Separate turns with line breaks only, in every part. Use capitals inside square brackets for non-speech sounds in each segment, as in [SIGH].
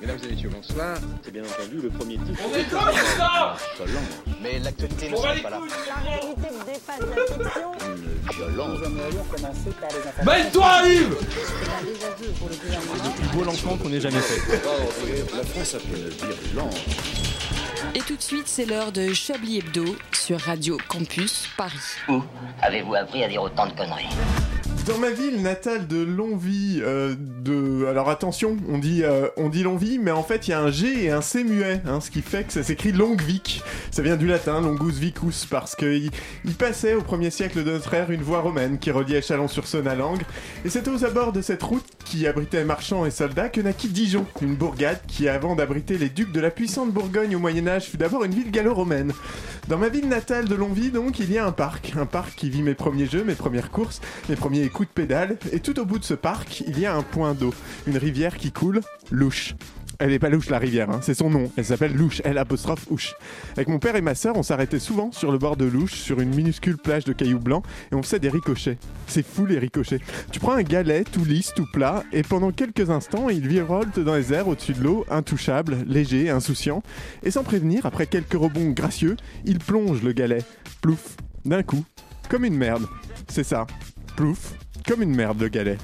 Mesdames et messieurs, bonsoir.
C'est bien entendu le premier titre.
On est comme ça
Violence.
Mais l'actualité ne
On va
s'arrête
les
pas là.
couilles
L'arité dépasse la fiction.
Une violence.
Mêle-toi Yves
La France a fait une violence.
Et tout de suite, c'est l'heure de Chablis Hebdo sur Radio Campus Paris.
Avez-vous appris à dire autant de conneries
Dans ma ville natale de Longwy, euh, de... alors attention, on dit, euh, on dit Longwy, mais en fait il y a un G et un C muet, hein, ce qui fait que ça s'écrit Longvic. Ça vient du latin Longus Vicus, parce qu'il il passait au 1er siècle de notre ère une voie romaine qui reliait Chalon-sur-Saône à Langres, et c'est aux abords de cette route qui abritait marchands et soldats que naquit Dijon, une bourgade qui, avant d'abriter les ducs de la puissante Bourgogne au Moyen-Âge, fut d'abord une ville gallo-romaine. Dans ma ville natale de Longwy, donc, il y a un parc, un parc qui vit mes premiers jeux, mes premières courses, mes premiers coups de pédale, et tout au bout de ce parc, il y a un point d'eau, une rivière qui coule, louche. Elle n'est pas louche la rivière, hein, c'est son nom. Elle s'appelle Louche, L apostrophe ouche. Avec mon père et ma sœur, on s'arrêtait souvent sur le bord de Louche, sur une minuscule plage de cailloux blancs, et on faisait des ricochets. C'est fou les ricochets. Tu prends un galet tout lisse, tout plat, et pendant quelques instants, il virevolte dans les airs au-dessus de l'eau, intouchable, léger, insouciant, et sans prévenir, après quelques rebonds gracieux, il plonge le galet. Plouf, d'un coup, comme une merde. C'est ça, plouf, comme une merde le galet.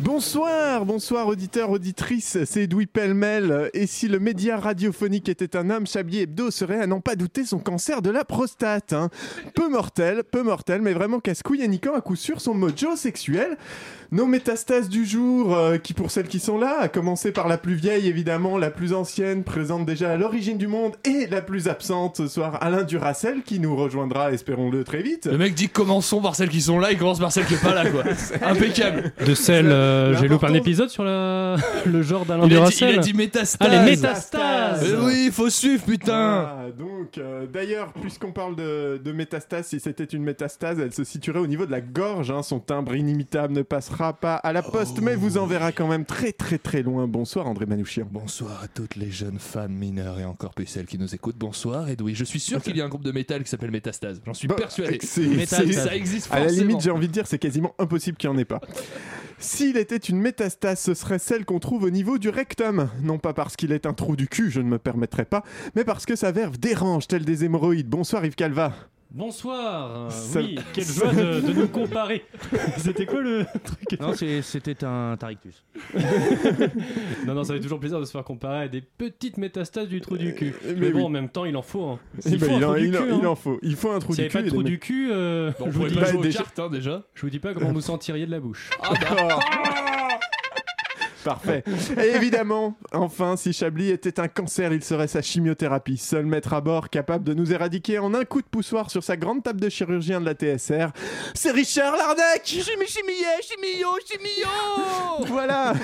Bonsoir, bonsoir auditeurs, auditrices, c'est Edoui Pellemel. Et si le média radiophonique était un homme, Chablis Hebdo serait à n'en pas douter son cancer de la prostate. hein. Peu mortel, peu mortel, mais vraiment casse-couille, niquant à coup sûr son mojo sexuel. Nos métastases du jour, euh, qui pour celles qui sont là, à commencer par la plus vieille évidemment, la plus ancienne, présente déjà à l'origine du monde, et la plus absente ce soir, Alain Duracel, qui nous rejoindra, espérons-le, très vite.
Le mec dit commençons par celles qui sont là, il commence par celles qui sont pas là
[LAUGHS]
quoi. Impeccable.
De celle, euh, j'ai loupé un
L'importance-
épisode sur la- [LAUGHS] le genre d'Alain
Il a, dit,
Duracel.
il a dit métastase.
Ah, les métastases
Mais oui, faut suivre putain.
Ah, donc, euh, d'ailleurs, puisqu'on parle de, de métastase, si c'était une métastase, elle se situerait au niveau de la gorge. hein. Son timbre inimitable ne passera pas à la poste, mais vous enverra quand même très très très loin. Bonsoir André Manouchian.
Bonsoir à toutes les jeunes femmes mineures et encore plus celles qui nous écoutent. Bonsoir Edoui. Je suis sûr qu'il y a un groupe de métal qui s'appelle Métastase. J'en suis
Bah,
persuadé.
c'est-
Métastase,
c'est-
ça existe
À la
forcément.
limite, j'ai envie de dire, c'est quasiment impossible qu'il n'y en ait pas. S'il était une métastase, ce serait celle qu'on trouve au niveau du rectum. Non pas parce qu'il est un trou du cul, je ne me permettrai pas, mais parce que sa verve dérange, telle des hémorroïdes. Bonsoir Yves Calva.
Bonsoir. euh,
Ça-
Oui, quelle joie de, de
[LAUGHS]
nous comparer. C'était quoi le truc
Non, c'est- c'était un tarictus.
[LAUGHS] Non, non, ça fait toujours plaisir de se faire comparer à des petites métastases du trou du cul.
Euh,
Mais,
mais
bon,
oui.
en même temps, il en faut. Hein.
Eh
Il
ben,
faut un
il, en,
trou du
il en-
cul. hein.
il en faut. Il faut un trou
S'il n'y
du cul.
avait pas de
et
trou
des
du cul, euh,
Bon,
je,
on
vous
pourrait
dis
pas
pas,
jouer aux
déjà-
cartes, hein, déjà.
je vous dis pas comment vous sentiriez de
[LAUGHS]
la bouche.
Ah, Parfait. Et évidemment, enfin, si Chablis était un cancer, il serait sa chimiothérapie. Seul maître à bord capable de nous éradiquer en un coup de poussoir sur sa grande table de chirurgien de la TSR, c'est Richard Larnac Chimie, chimio, chimio [LAUGHS] Voilà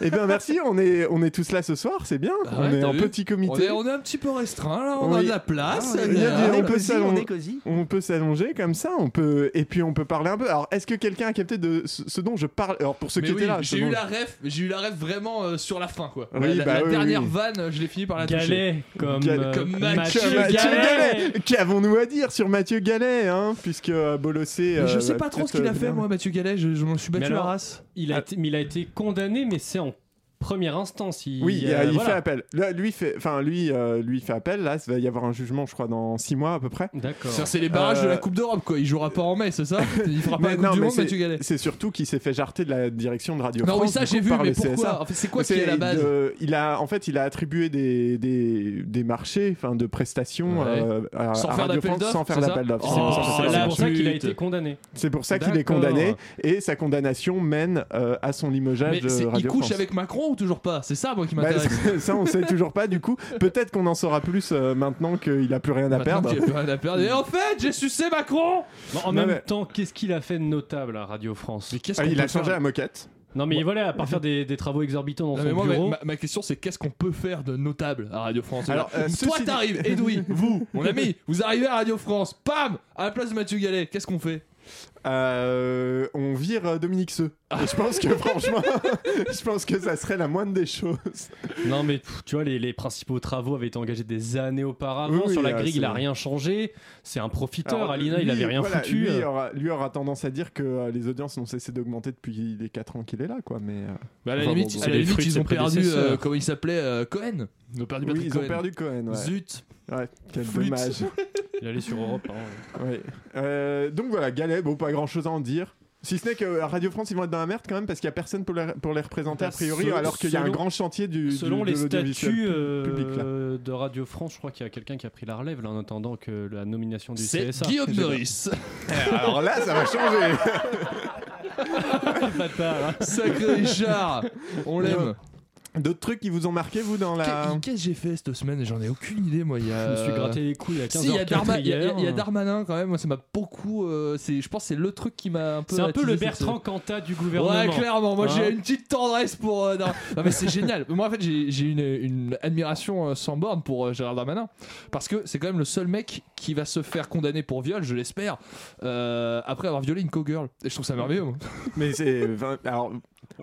Eh bien, merci, on est, on est tous là ce soir, c'est bien.
Bah
on
ouais,
est
t'as
en
vu
petit
On
comité.
est, on est un petit peu restreint là, on a
Oui.
de la place.
Ah,
on
il y
est-
a du- on peut
cosy,
s'allonger.
on est cosy.
On peut s'allonger comme ça, on peut et puis on peut parler un peu. Alors, est-ce que quelqu'un a capté de ce ce dont je parle Alors, pour ceux
Mais
qui
oui,
étaient là,
j'ai
ce
eu
dont-
la ref, j'ai eu la ref vraiment euh, sur la fin quoi.
Oui,
la,
bah
la
oui,
dernière
oui.
vanne, je l'ai fini par la toucher.
Galet, comme,
Galet.
euh,
Comme
Mathieu,
Mathieu
Mathieu
Galet.
Gallet Qu'avons-nous à dire sur Mathieu Gallet, hein Puisque euh, Bolossé.
Mais je
euh,
sais
va
pas trop
peut-être,
ce qu'il a
euh,
fait moi Mathieu Galet, je, je m'en suis battu
Mais
la
alors-
race.
Il a,
Ah.
été, mais il a été condamné, mais c'est en première instance. Il,
Oui, il,
euh,
il
voilà.
fait appel. Là, lui, fait, enfin, lui, euh, lui fait appel. Là, ça va y avoir un jugement, je crois, dans 6 mois à peu près.
D'accord.
Ça, C'est les barrages
Euh,
de la Coupe d'Europe quoi, il jouera pas en mai, c'est ça Il fera pas
Mais
la
non,
Coupe du
mais
Monde Mathieu Galet.
C'est surtout qu'il s'est fait jarter de la direction de Radio
Non, oui,
France.
ça
du
j'ai
coup,
vu,
par
mais
le
pourquoi
CSA.
En fait, c'est quoi qui
C'est
est la base
de- il a, en fait, il a attribué des, des, des marchés, enfin, de prestations
Ouais.
euh, à,
Sans
à
faire
Radio
d'appel
France
d'offres,
sans faire
c'est ça
d'appel d'offres.
Oh,
C'est pour ça que c'est
Oh, c'est
condamné.
pour ça qu'il a
Zut.
été condamné.
C'est pour ça qu'il est
D'accord.
condamné et sa condamnation mène euh, à son limogeage
Mais
de
c'est-
Radio
il couche
France.
avec Macron ou toujours pas C'est ça moi qui
Bah,
m'intéresse.
[LAUGHS] ça, on
[LAUGHS]
sait toujours pas du coup. Peut-être qu'on en saura plus euh, maintenant qu'il a plus rien à
Maintenant
perdre.
qu'il y a plus rien à perdre. Et en fait, j'ai sucé Macron
Bon, en
Non,
même
mais-
temps, qu'est-ce qu'il a fait de notable à Radio France
Mais qu'est-ce
Ah,
qu'on
il a
peut
changé
faire
la moquette.
Non, mais voilà, à part faire des, des travaux exorbitants dans
Non,
son
mais moi,
bureau.
ma, ma question c'est qu'est-ce qu'on peut faire de notable à Radio France
Alors, euh,
toi
ceci dit-
t'arrives,
[LAUGHS]
Edoui, vous, mon ami, vous arrivez à Radio France, pam, à la place de Mathieu Gallet, qu'est-ce qu'on fait
euh, on vire euh, Dominique Seux.
Ah.
Et [LAUGHS] je pense que franchement, [LAUGHS] je pense que ça serait la moindre des choses.
Non, mais pff, tu vois, les, les principaux travaux avaient été engagés des années auparavant.
Oui, oui,
Sur la
là,
grille, il a
c'est-
rien changé. C'est un profiteur.
Alors,
Alina, il
Ah, lui,
avait rien
voilà,
foutu.
Lui
euh.
aura, lui aura tendance à dire que euh, les audiences n'ont cessé d'augmenter depuis les 4 ans qu'il est là, quoi. Mais euh,
Bah, à la
Enfin,
limite,
bon,
à
c'est
la
les
limite,
fruits de
ils
ses
ont perdu,
prédécesseurs.
euh, comment il s'appelait euh, Cohen. Ils ont perdu
oui,
Patrick
ils
Cohen.
ont perdu Cohen. Ouais,
Zut.
Ouais, quel
Flûte.
dommage.
Il allait sur Europe. hein.
Ouais. Euh, donc voilà, Galais, bon, pas grand chose à en dire. Si ce n'est que euh, Radio France, ils vont être dans la merde quand même parce qu'il n'y a personne pour les, pour les représenter a
Bah,
priori,
selon-
alors qu'il y a un
selon-
grand chantier du. du-
Selon
de
les
l'audiovisuel
statuts
pu-
euh,
public, là.
de Radio France, je crois qu'il y a quelqu'un qui a pris la relève là, en attendant que la nomination du
C'est
CSA.
Guillaume
[LAUGHS]
Norris.
Eh, Alors là, ça va changer.
[LAUGHS] Bâtard, hein.
[LAUGHS] Sacré Richard. On l'aime.
D'autres trucs qui vous ont marqué, vous, dans la.
Qu'est- Qu'est-ce que j'ai fait cette semaine J'en ai aucune idée, moi. il Y a...
Je me suis gratté les couilles à 15h04
Si, il y, a Darma- il y a-
hier.
il y a Darmanin quand même, moi ça m'a beaucoup. euh, c'est- je pense que c'est le truc qui m'a un peu.
C'est un peu
attisé
le
cette
Bertrand Cantat du gouvernement.
Ouais, clairement. Moi, j'ai
Hein
une petite tendresse pour.
[LAUGHS]
euh, Dar- non, mais c'est génial. Moi, en fait, j'ai j'ai une, une admiration euh, sans borne pour euh, Gérard Darmanin. Parce que c'est quand même le seul mec qui va se faire condamner pour viol, je l'espère, euh, après avoir violé une co-girl. Et je trouve ça merveilleux. moi.
Mais c'est. vingt- Alors.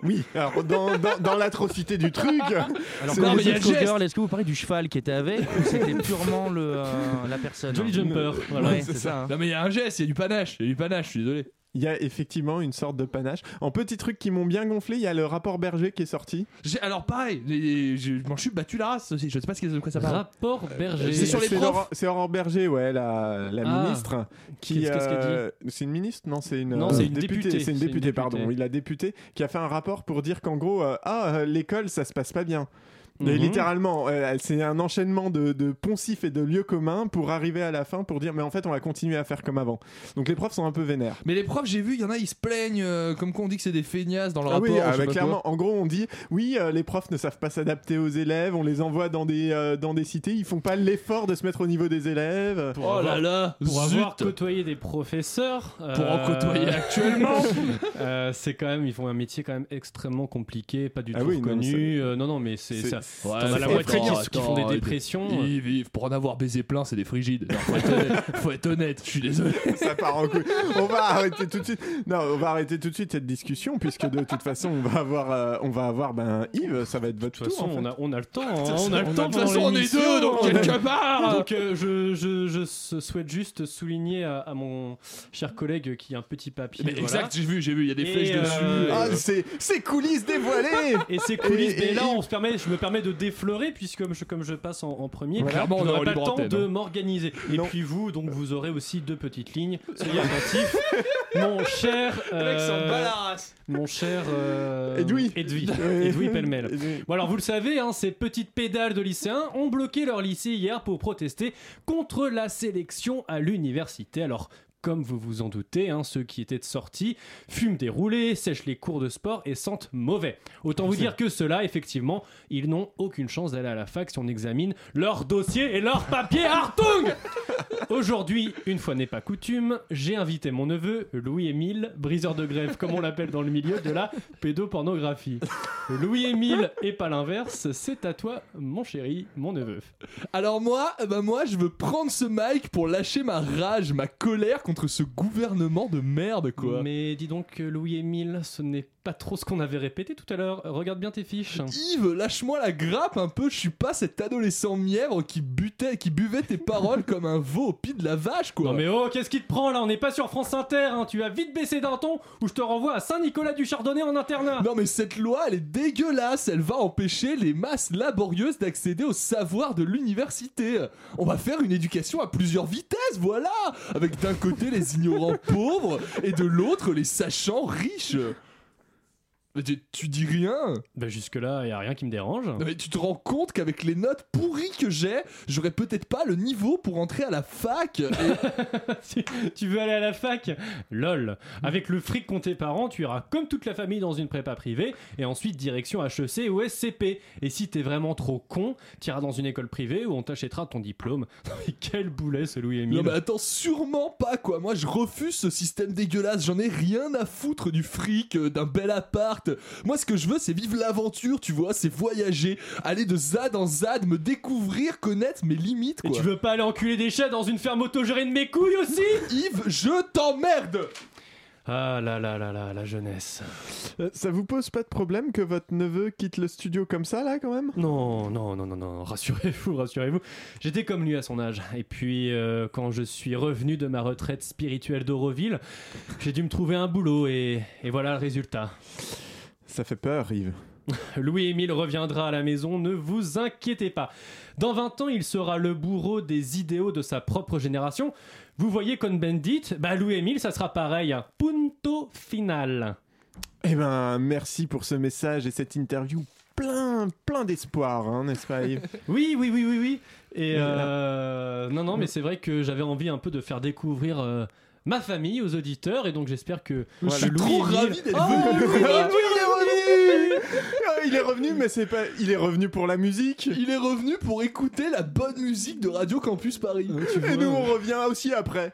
Oui, alors dans, dans- dans l'atrocité du truc.
Alors,
C'est
quand
les
vous dites
autres
Cougar, est-ce que vous parlez du cheval qui était avec ou
[LAUGHS]
c'était purement le, euh, la personne
Jolly Jumper. Voilà.
Ouais,
c'est
c'est ça. hein.
Non, mais il y a un geste, il y a du panache. Il y a du panache, je suis désolé.
Il y a effectivement une sorte de panache. En petits trucs qui m'ont bien gonflé, il y a le rapport Berger qui est sorti.
J'ai- Alors, pareil, les- je m'en suis battu la race aussi. Je sais pas ce que- de quoi ça parle.
Rapport Berger.
Euh, C'est sur les profs.
Laurent- C'est Aurore Berger, ouais, la, la
Ah.
ministre. qui
Qu'est-ce- qu'est-ce qu'elle
euh, C'est une ministre Non, c'est une,
Non,
euh,
c'est une députée.
C'est une
C'est une
députée,
députée.
pardon. Oui, la députée qui a fait un rapport pour dire qu'en gros, euh, ah, euh, l'école, ça se passe pas bien. Et
Mhm.
littéralement, euh, c'est un enchaînement de, de poncifs et de lieux communs pour arriver à la fin pour dire, mais en fait, on va continuer à faire comme avant. Donc les profs sont un peu vénères.
Mais les profs, j'ai vu, il y en a, ils se plaignent, euh, comme qu'on dit que c'est des feignasses dans leur
Ah
rapport.
oui,
je
ah
sais
bah,
pas
clairement, en gros, on dit oui, euh, les profs ne savent pas s'adapter aux élèves, on les envoie dans des, euh, dans des cités, ils font pas l'effort de se mettre au niveau des élèves.
quoi. Oh là là,
Pour avoir
zut.
côtoyé des professeurs, euh,
Pour en côtoyer actuellement.
[LAUGHS] euh, c'est quand même, ils font un métier quand même extrêmement compliqué, pas du
Ah
tout
oui, non,
reconnu. Euh, Non, non, mais c'est
c'est-
ça.
Ouais,
T'en as la
faut-
moitié qui,
attends,
qui font des
attends,
dépressions. euh.
Yves, Yves, pour en avoir baisé plein, c'est des frigides. Non, faut, être
[LAUGHS]
honnête, faut être honnête, je suis désolé.
[LAUGHS] ça part en couille. On va arrêter tout de suite. Non, on va arrêter tout de suite cette discussion puisque de toute façon on va avoir, euh, on va avoir ben Yves, ça va être
De
votre
toute façon,
tour. en
on,
fait.
a, on a
[LAUGHS]
le temps. hein,
toute
on a
façon,
le
on
temps.
a- de
pendant l'émission.
euh,
part
Donc euh, je, je, je se- souhaite juste souligner à, à mon cher collègue qui a un petit papier.
Mais
voilà.
exact, j'ai vu, j'ai vu, il y a des
Et,
flèches
euh,
dessus.
Ah,
euh,
c'est c'est coulisses dévoilées.
Et c'est coulisses.
Et-
mais
et-
là, on se permet, je me permets de défleurer puisque comme je, comme je passe en, en premier,
Voilà. Clairement, on
je n'aurai
aura
pas le
libre
temps
antenne,
de
hein.
m'organiser. Et
Non.
puis vous, donc vous aurez aussi deux petites lignes. Soyez attentifs, mon cher, euh, mon cher euh,
Edoui. [LAUGHS]
Edoui,
Ouais.
Edoui Pellemel.
Edoui.
Bon alors vous le savez, hein, ces petites pédales de lycéens ont bloqué leur lycée hier pour protester contre la sélection à l'université. Alors comme vous vous en doutez, hein, ceux qui étaient de sortie fument des roulés, sèchent les cours de sport et sentent mauvais. Autant vous dire que ceux-là, effectivement, ils n'ont aucune chance d'aller à la fac si on examine leur dossier et leur papier Hartung Aujourd'hui, une fois n'est pas coutume, j'ai invité mon neveu, Louis-Émile, briseur de grève, comme on l'appelle dans le milieu, de la pédopornographie. Louis-Émile et pas l'inverse, c'est à toi, mon chéri, mon neveu.
Alors moi, eh ben moi, je veux prendre ce mic pour lâcher ma rage, ma colère contre ce gouvernement de merde, quoi.
Mais dis donc, euh, Louis-Émile, ce n'est pas trop ce qu'on avait répété tout à l'heure. Regarde bien tes fiches.
Yves, lâche-moi la grappe un peu, je suis pas cet adolescent mièvre qui butait, qui buvait tes paroles comme un veau au pied de la vache, quoi.
Non mais oh, qu'est-ce qui te prend là On n'est pas sur France Inter, hein. tu as vite baissé d'un ton ou je te renvoie à Saint-Nicolas du Chardonnay en internat.
Non mais cette loi, elle est dégueulasse. Elle va empêcher les masses laborieuses d'accéder au savoir de l'université. On va faire une éducation à plusieurs vitesses, voilà. Avec d'un côté les ignorants [LAUGHS] pauvres et de l'autre les sachants riches. Mais tu, tu dis rien.
Bah jusque-là, il a rien qui me dérange.
Non mais tu te rends compte qu'avec les notes pourries que j'ai, j'aurais peut-être pas le niveau pour entrer à la fac. Et-
Si [LAUGHS] tu veux aller à la fac Lol. Avec le fric qu'ont tes parents, tu iras comme toute la famille dans une prépa privée et ensuite direction HEC ou SCP. Et si t'es vraiment trop con, t'iras dans une école privée où on t'achètera ton diplôme. [LAUGHS] Non, mais quel boulet ce Louis-Émile.
Non bah- mais attends, sûrement pas quoi. Moi je refuse ce système dégueulasse. J'en ai rien à foutre du fric, euh, d'un bel appart. Moi ce que je veux c'est vivre l'aventure, tu vois, c'est voyager, aller de zad en zad, me découvrir, connaître mes limites
Et
quoi.
tu veux pas aller enculer des chats dans une ferme autogérée de mes couilles aussi
Yves, je t'emmerde.
Ah là là là là, la jeunesse.
Euh, Ça vous pose pas de problème que votre neveu quitte le studio comme ça, là, quand même
Non, Oh non, non, non, non, rassurez-vous, [LAUGHS] rassurez-vous. J'étais comme lui à son âge. Et puis, euh, quand je suis revenu de ma retraite spirituelle d'Auroville, j'ai dû me trouver un boulot et, et voilà le résultat.
Ça fait peur, Yves.
[LAUGHS] Louis-Émile reviendra à la maison, ne vous inquiétez pas. Dans 20 ans, il sera le bourreau des idéaux de sa propre génération. Vous voyez Cohn-Bendit Bah, Louis-Émile, ça sera pareil. un Punto final.
Eh ben, merci pour ce message et cette interview plein, plein d'espoir, hein, n'est-ce pas, Yves
Oui, oui, oui, oui, oui. Et euh, non, non, mais c'est vrai que j'avais envie un peu de faire découvrir euh, ma famille aux auditeurs, et donc j'espère que
Je suis trop ravi d'être
Oh,
venu.
[LAUGHS] Ah, Il est revenu, mais c'est pas. Il est revenu pour la musique.
Il est revenu pour écouter la bonne musique de Radio Campus Paris.
Et nous, on revient aussi après.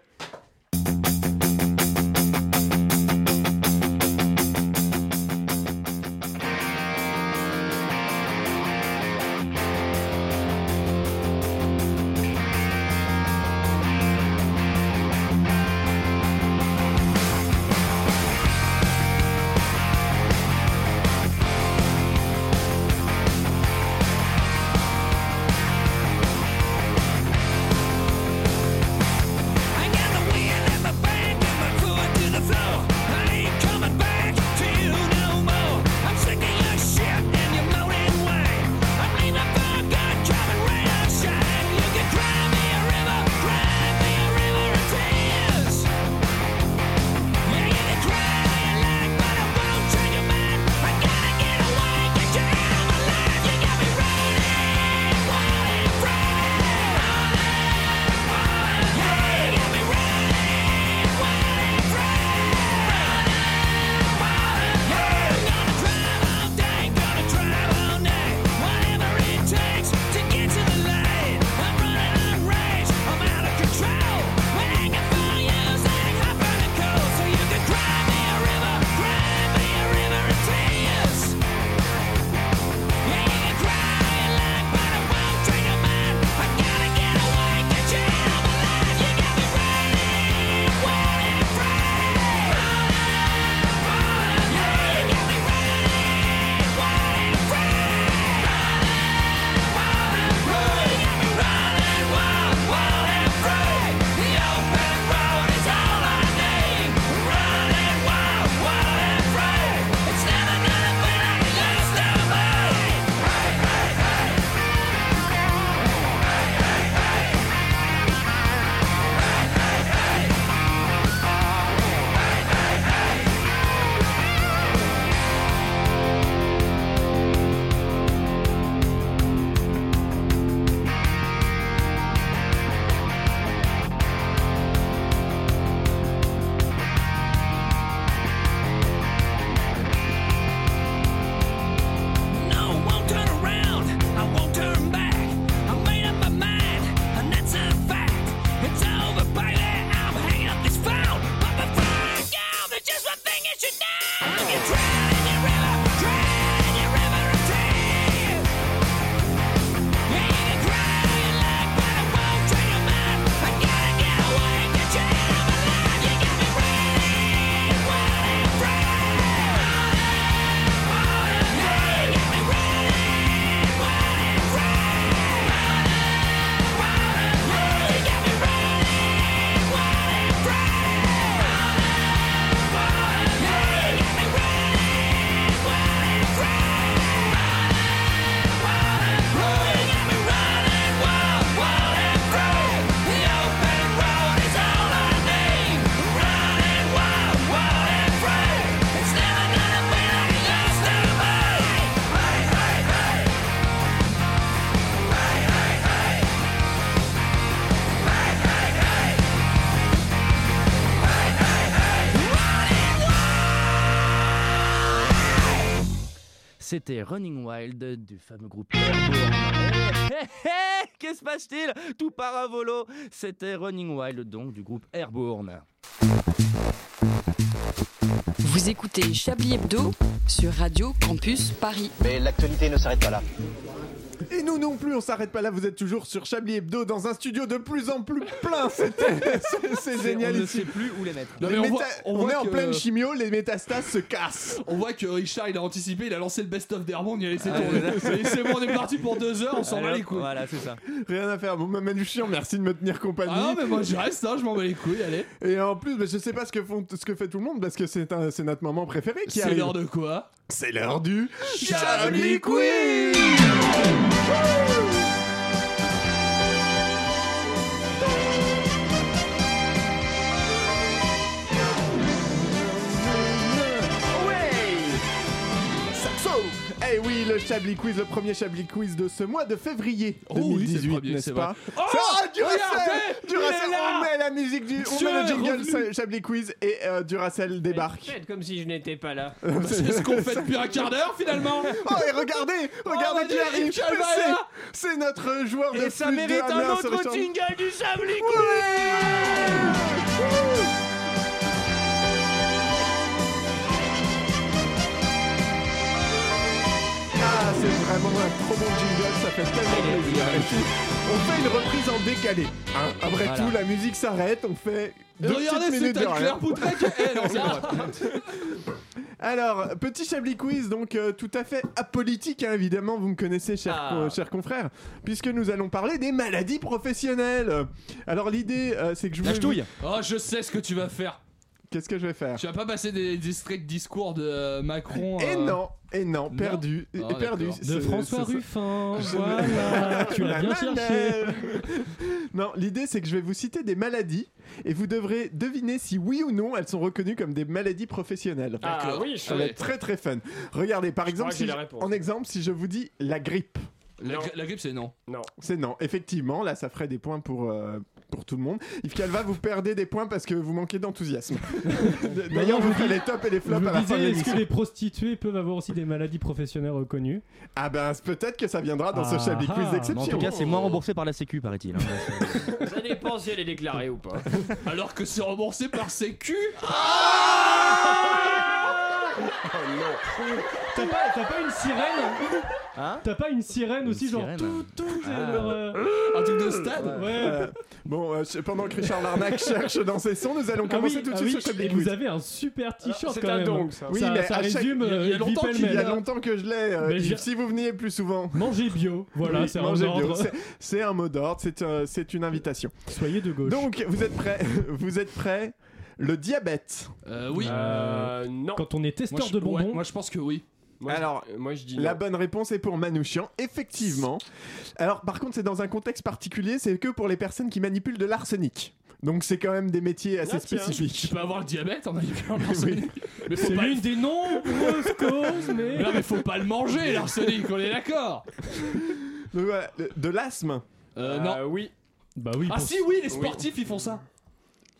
C'était Running Wild du fameux groupe. Eh, Airborne. Hé, hé, hé, Que se passe-t-il Tout part à volo. C'était Running Wild donc du groupe Airborne.
[LAUGHS]
Vous écoutez Chablis Hebdo sur Radio Campus Paris.
Mais l'actualité ne s'arrête pas là.
Et nous non plus, on s'arrête pas là, vous êtes toujours sur Chablis Hebdo dans un studio de plus en plus plein. C'était- C'est c'est génial
On ne
ici.
sait plus où les mettre.
Non,
Les
mais on,
méta-
voit, on
on
voit
est en
que-
pleine chimio, les métastases se cassent.
On voit que Richard il a anticipé, il a lancé le best-of d'Hermond, il a
Ah,
laissé tourner. Et c'est bon, on est parti pour deux heures, on s'en bat
Allez,
les
hop,
couilles.
Voilà, c'est ça. Ah,
Rien à faire. Bon, ma Manu Chiant, merci de me tenir compagnie.
Ah non, mais moi je reste, hein, je m'en bats les couilles, allez.
Et en plus, bah, je sais pas ce que, font, ce que fait tout le monde parce que c'est un- c'est notre moment préféré qui
C'est
arrive.
l'heure de quoi
C'est l'heure du
Chablis
Quiz Eh oui, le Chablis Quiz, le premier Chablis Quiz de ce mois de février
Oh oui, c'est
2018,
le premier,
n'est-ce
c'est
pas
Oh,
Ah, Duracell
regardez,
Duracell,
il est là
on met la musique du... On
Monsieur
met le
est
jingle
revenu.
Sa- Chablis Quiz et euh, Duracell débarque.
Faites comme si je n'étais pas là.
Bah, [LAUGHS] C'est ce qu'on fait depuis un quart d'heure finalement
[LAUGHS] Oh, et regardez Regardez
bah,
qui
dis,
arrive
Calva
C'est-
est là
C'est notre joueur de
Et ça
flûte de
mérite
Hamelin
un
sur
autre
le champ.
jingle du Chablis Quiz.
Ah, c'est vraiment un trop bon jingle, ça fait
Il
tellement
est- il est
plaisir. Et puis, on fait une reprise en décalé. hein. Après
Voilà.
tout, la musique s'arrête, on fait
Et
deux
Regardez,
petites
c'est
minutes de
Anne
rien.
Claire Poutrec Elle, on s'en
Alors, petit Chablis Quiz, donc euh, tout à fait apolitique, hein, évidemment, vous me connaissez, chers
Ah.
co- chers confrères, puisque nous allons parler des maladies professionnelles. Alors, l'idée, euh, c'est que je
La
voulais vous...
ch'touille.
Oh, je sais ce que tu vas faire.
Qu'est-ce que je vais faire
Tu vas pas passer des districts discours de euh, Macron.
Et
euh,
non, et non,
non
perdu,
Ah,
et perdu.
d'accord.
De
C'est-
François
c'est ça. [LAUGHS]
Ruffin, voilà. tu l'as bien cherché.
non, l'idée c'est que je vais vous citer des maladies et vous devrez deviner si oui ou non elles sont reconnues comme des maladies professionnelles.
Ah oui,
Ça va être très très fun. Regardez, par exemple,
que
si
j'ai
je-
la réponse.
en exemple, si je vous dis la grippe,
La,
Non.
gri- la grippe, c'est non.
c'est non. Effectivement, là, ça ferait des points pour. euh, Pour tout le monde. Yves Calva, vous perdez des points parce que vous manquez
[LAUGHS]
d'enthousiasme. D'ailleurs,
Non,
vous
je
ferez les tops et les
Je
flops à
me
la fin de
disais, est-ce
l'émission.
que les prostituées peuvent avoir aussi des maladies professionnelles reconnues
Ah ben, peut-être que ça viendra dans ce
Ah,
Chablis
ah,
Quiz
mais en
d'exception.
En tout cas, c'est moins remboursé par la Sécu, paraît-il. hein,
Ça dépend si elle est déclarée ou pas.
[LAUGHS] Alors que c'est remboursé par Sécu
Ah Oh
T'as pas, t'as pas une sirène
Hein
T'as pas une sirène aussi, genre
sirène.
tout, tout, c'est
Ah.
leur, euh,
Un truc de stade
Ouais.
Voilà. Bon, euh, je- pendant que Richard
[LAUGHS]
Larnac cherche dans ses sons, nous allons
Ah
commencer
oui,
tout de
ah
suite
oui,
sur Chablis
Et
Quiz.
vous avez un super t-shirt
Ah, C'est
quand
un
même. hein.
don, ça.
Oui,
ça,
mais
ça
à chaque-
résume.
il y a- il y a
euh,
longtemps
Vipel
qu'il y a
Il y a
Mel.
longtemps que je l'ai, euh,
Mais
Yves,
j'ai-
si vous veniez plus souvent.
Mangez bio, voilà,
Oui,
c'est
mangez
un
bio.
ordre.
C'est- C'est un mot d'ordre, c'est euh, c'est une invitation.
Soyez de gauche.
Donc, vous êtes prêts [LAUGHS] Vous êtes prêts Le diabète.
Euh, oui.
Euh, non.
Quand on est
Moi
testeur
je,
de
ouais,
bonbons,
moi, je pense que oui.
Moi, je-
Alors,
euh, moi je dis
La
non.
bonne réponse est pour Manouchian, effectivement. Alors, par contre, c'est dans un contexte particulier, c'est que pour les personnes qui manipulent de l'arsenic. Donc, c'est quand même des métiers assez
Ah, tiens.
Tu
spécifiques.
peux avoir le diabète en manipulant
Oui.
l'arsenic. Mais faut
c'est
pas-
l'une des nombreuses causes, mais.
Mais Non mais faut pas le manger l'arsenic, on est d'accord
Donc, voilà, le- de l'asthme.
Euh,
Euh, non.
oui.
Bah oui,
Ah
pour-
si oui, les sportifs ils font ça.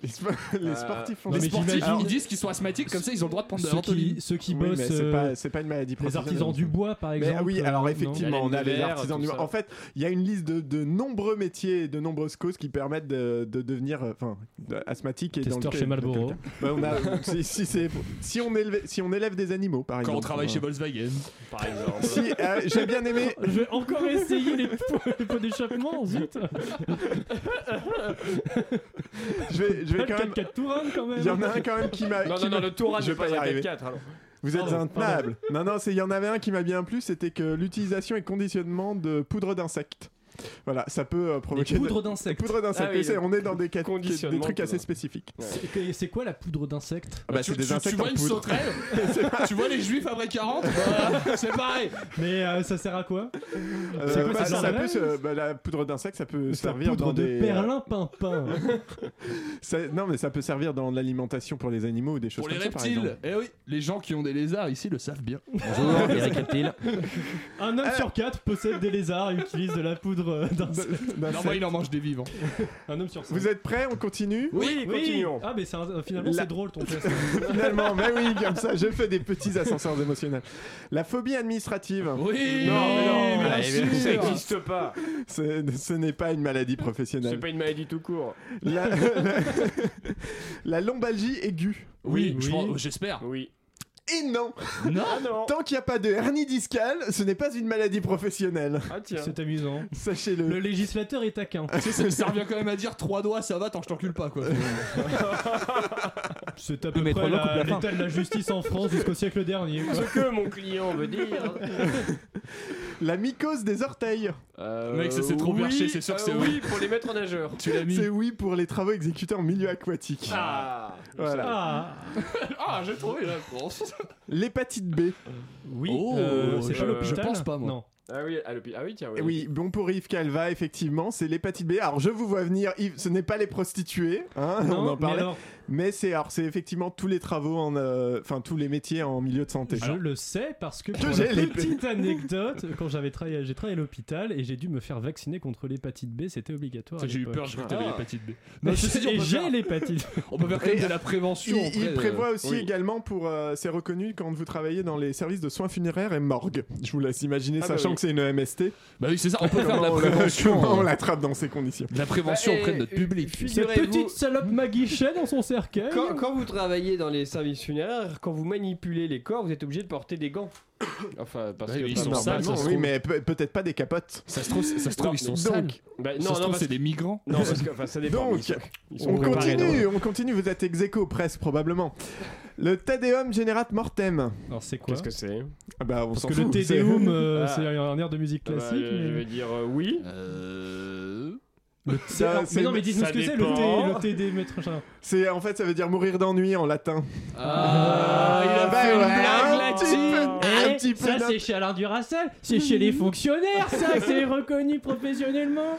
Les, spo- [LAUGHS] les sportifs font
Non,
les
mais
ça.
sportifs
j'imagine-
ils disent qu'ils sont asthmatiques, comme ça ils ont le droit de prendre de
ceux
l'antoline.
qui, ceux qui
Oui, mais
bossent.
c'est
euh,
pas, c'est pas une maladie
les
professionnelle.
artisans du bois, par
Mais
exemple.
oui,
euh,
alors
non.
effectivement,
La
on
laine
a
de
les
verre,
artisans
tout
du
ça.
En fait, il y a une liste de, de nombreux métiers et de nombreuses causes qui permettent de, de devenir euh, enfin de- asthmatique et dans
Testeur
le-
chez Marlboro.
Bah, on a- [LAUGHS] si, si c'est- si on éleve, si on élève des animaux, par
Quand
exemple.
on travaille chez Volkswagen.
Par exemple.
Si, euh, j'ai bien aimé.
Je vais encore essayer les pots, les pots d'échappement, zut
Je vais, je vais
Pas
quand
le
même.
4 Touran quand même
Il y en a un quand même qui m'a.
Non,
qui
non, non,
m'a-
le hein. Touran,
je vais
c'est
pas y
un
arriver.
4-4, alors.
Vous êtes
Pardon,
intenable. Non, non, c'est il y en avait un qui m'a bien plu, c'était que l'utilisation et conditionnement de poudre d'insectes. Voilà, ça peut euh,
Des
provoquer. de-
poudres d'insectes.
Poudre d'insectes.
Ah oui,
Et c'est-
le
on est dans des, cas- des
conditionnement
trucs assez
poudre.
spécifiques.
C'est- C'est quoi la poudre d'insectes
Ah bah,
tu,
c'est des
tu- tu
insectes en
vois une
poudre. [LAUGHS]
sauterelle Tu vois les juifs après 40 Voilà, C'est pareil
Mais euh, ça sert à quoi
Euh,
quoi,
bah,
c'est genre
ça
de
peut
la
se- bah, La poudre d'insecte, ça peut
C'est la
servir dans
poudre de
des. euh,
perlimpinpin.
[LAUGHS] ça- non, mais ça peut servir dans l'alimentation pour les animaux ou des choses
Pour les
comme ça, par
reptiles
exemple.
Eh oui, les gens qui ont des lézards ici le savent bien.
Bonjour,
[LAUGHS]
Eric Reptile.
Un homme sur quatre possède des lézards et utilise de la poudre euh, d'insectes.
D'insectes.
Normalement il en
[LAUGHS]
mange des vivants.
Un homme sur cinq.
Bah, Vous êtes prêts On continue
Oui, continuons.
Ah mais c'est un- finalement
La-
c'est drôle
[LAUGHS]
ton test.
Finalement, mais oui, comme ça, je fais des petits ascenseurs émotionnels. La phobie administrative,
Oui
Non, Ah, mais non,
bien
allez,
sûr.
Ça existe pas.
c'est- ce n'est pas une maladie
C'est
professionnelle.
pas une maladie tout court.
La, [LAUGHS] la- la lombalgie aiguë.
Oui,
Oui,
je
oui.
Oh,
pense- j'espère.
Oui.
Et non
Non. Ah non.
Tant qu'il n'y a pas de hernie discale, ce n'est pas une maladie professionnelle.
Ah tiens.
C'est amusant.
Sachez-le.
Le législateur est taquin.
Tu sais, ça, ça revient quand même à dire trois doigts, ça va, tant que je t'encule pas quoi.
C'est à peu
mais
près
trois doigts coupent
la-
la fin.
l'état de la justice en
[LAUGHS]
France jusqu'au siècle dernier. quoi.
Ce que mon client veut dire.
[LAUGHS] La mycose des orteils.
Euh,
Mec, ça, c'est trop
oui, Euh,
perché, c'est sûr que c'est
oui pour les maîtres nageurs.
Tu l'as mis.
C'est oui pour les travaux exécutés en milieu aquatique.
Ah.
Voilà.
Ah
[LAUGHS] Ah, j'ai trouvé la France.
L'hépatite B.
oui,
Oh,
euh, c'est pas
je-
l'hôpital.
je pense pas, moi.
Non.
Ah oui, à l'hôpital. Ah oui, tiens.
Et Oui, bon pour Yves Calva, effectivement, c'est l'hépatite B. Alors je vous vois venir, Yves, ce n'est pas les prostituées, hein, [LAUGHS]
Non,
on en
mais
parlait,
alors,
mais c'est alors c'est effectivement tous les travaux en, euh, enfin tous les métiers en milieu de santé.
je le sais parce que,
Que
pour
j'ai
la
les-
petite anecdote, quand j'avais travaillé, j'ai travaillé à l'hôpital et j'ai dû me faire vacciner contre l'hépatite B, c'était obligatoire. à
J'ai eu
l'époque.
peur, je crois que t'avais
Ah.
l'hépatite B.
Mais
Non, ceci dit, on
et
peut
j'ai
faire-
l'hépatite.
on peut faire quand même de la
Il,
prévention.
il
auprès de-
prévoit aussi
Oui.
également pour euh, c'est reconnu quand vous travaillez dans les services de soins funéraires et morgue. Je vous laisse imaginer,
Ah bah
sachant
oui.
que c'est une E MST.
Bah oui, c'est ça, on peut faire
Comment
de la
on la- [LAUGHS] comment on
prévention. hein.
l'attrape dans ces conditions
De la prévention
Bah,
auprès
et-
de notre
et-
public.
Cette
Figurez-vous,
petite salope maguichet dans son cercueil.
quand, quand vous travaillez dans les services funéraires, quand vous manipulez les corps, vous êtes obligé de porter des
[COUGHS]
gants. Enfin, parce
Bah,
que
ils
pas
sont
normal.
sales, ça
Normalement,
se
oui,
trouve.
mais pe- peut-être pas des capotes.
Ça se trouve, ça se
Non,
trouve ils sont
donc-
sales.
Bah,
Ça
non,
se
non,
trouve,
parce,
c'est des migrants.
non, parce que enfin, ça dépend.
Donc,
ils sont- ils sont
On
préparés,
continue, on continue, vous êtes ex aequo, presse probablement. Le Tadeum Generat Mortem.
Alors c'est quoi
Qu'est-ce que c'est
Ah bah, on
Parce
s'en
que
fout,
le
c'est-
Tédéum, euh,
[LAUGHS]
Ah.
c'est un air de musique
Bah,
classique.
je, je
mais-
vais dire euh, oui.
Euh.
C'est-
Ça,
alors,
c'est-
Ah, mais non, mais dites-nous
ça
ce que c'est le,
dépend.
T- le TD, maître machin.
C'est en fait ça veut dire mourir d'ennui en latin.
Ah, il a
bah
fait une
ouais,
blague
un petit
là-dessus.
peu- un petit peu d'un-
chez Alain Duracell, c'est Eh, chez les fonctionnaires, ça, [LAUGHS] c'est reconnu professionnellement.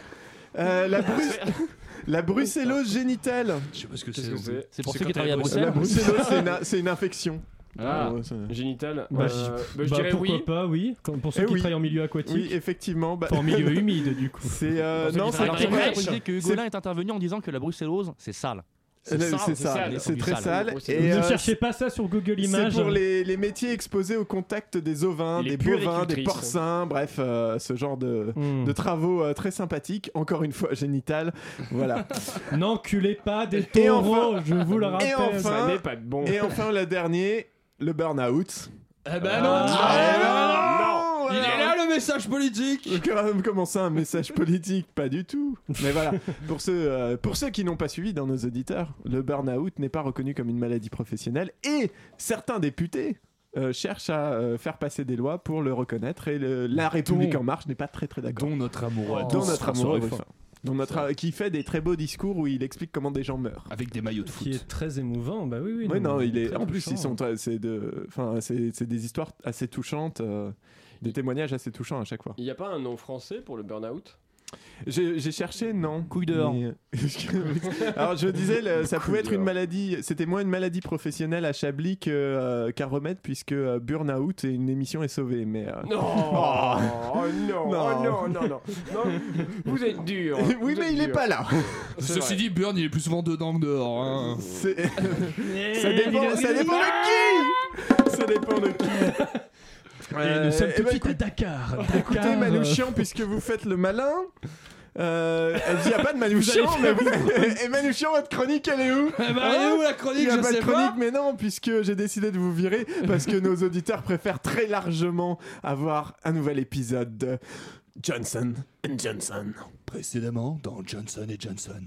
Euh, la, bru... [LAUGHS] la brucellose génitale.
Je sais pas ce que
Qu'est-ce
c'est.
que c'est
C'est pour
C'est
ceux qui
quand
travaillent à
t'es
Bruxelles.
La brucellose, c'est une, a- c'est une infection.
Ah.
Ouais, ça-
Génital.
Bah,
euh,
je-
bah, je
bah,
dirais
pourquoi
oui.
pas, oui. Comme Pour ceux
Eh
qui
oui.
travaillent en milieu aquatique,
Oui, effectivement. bah-
enfin, en milieu
[LAUGHS]
humide, du coup.
C'est euh,
Pour ceux
non,
qui
c'est
Alors,
travaillent
j'ai
dans les
très
crèches.
précisé que Golin est intervenu en disant que la bruxellose, c'est sale.
c'est
sale,
c'est
c'est
ça,
sale,
c'est
c'est
très
sale.
sale. Et
ne
euh,
cherchez pas ça sur Google
c'est
Images.
pour les, les métiers exposés au contact des ovins,
Les
des bovins, des
puéricultrices.
porcins, bref, euh, ce genre de,
Hmm.
de travaux euh, très sympathiques. Encore une fois, génital. Voilà.
N'enculez pas des
Et
taureaux, je vous le rappelle.
Et
Ça
enfin,
n'est pas de bon.
et enfin, le dernier, le burn-out.
Eh ben non,
Ah,
Il
non,
est
voilà.
là le message politique
Je vais quand même commencer un message politique, pas du tout. Mais voilà, pour ceux, euh, pour ceux qui n'ont pas suivi dans nos auditeurs, le burn-out n'est pas reconnu comme une maladie professionnelle et certains députés euh, cherchent à euh, faire passer des lois pour le reconnaître et le- la République en marche n'est pas très très d'accord.
Dont notre amoureux.
Oh. Dans notre amour,
François Ruffin.
dans notre, euh, qui fait des très beaux discours où il explique comment des gens meurent.
Avec des maillots de
Qui
foot.
est très émouvant, bah oui, oui.
Oui, non, il est.
très
En plus, ils
touchant.
sont. très- C'est de. Enfin, c'est c'est des histoires assez touchantes, euh, des témoignages assez touchants à chaque fois.
Il n'y a pas un nom français pour
[LAUGHS]
le burn-out
J'ai j'ai cherché, non.
Couille dehors.
Mais, euh, Alors je disais, le- ça pouvait être une maladie. C'était moins une maladie professionnelle à Chablis que, euh, qu'un remède, puisque euh, Burnout et une émission est sauvée. Mais euh,
Non
Oh.
Oh non
Non.
Oh non, non, non Non, Oh, Vous êtes dur
[LAUGHS]
oui, mais il est pas là.
C'est
Ceci
vrai.
dit, Burn, il est plus souvent dedans que dehors. hein. [LAUGHS]
C'est-
Eh,
ça dépend. Ça dépend de qui. Ça dépend de qui.
Et
Euh,
nous sommes
eh
tout
ben,
de suite à
écoute-
Dakar.
[LAUGHS] écoutez,
Dakar,
Manouchian, puisque vous faites le malin. Euh, elle dit, y
[LAUGHS]
a pas de Manouchian,
Vous
mais
allez
vous... [LAUGHS] Et Manouchian, votre chronique, elle est où Hein
Eh ben, elle est où la
Il
chronique
n'y a
Je
pas de
sais
chronique,
pas.
mais non, puisque j'ai décidé de vous virer, parce que nos auditeurs préfèrent très largement avoir un nouvel épisode de Johnson and Johnson.
Précédemment, dans Johnson et Johnson.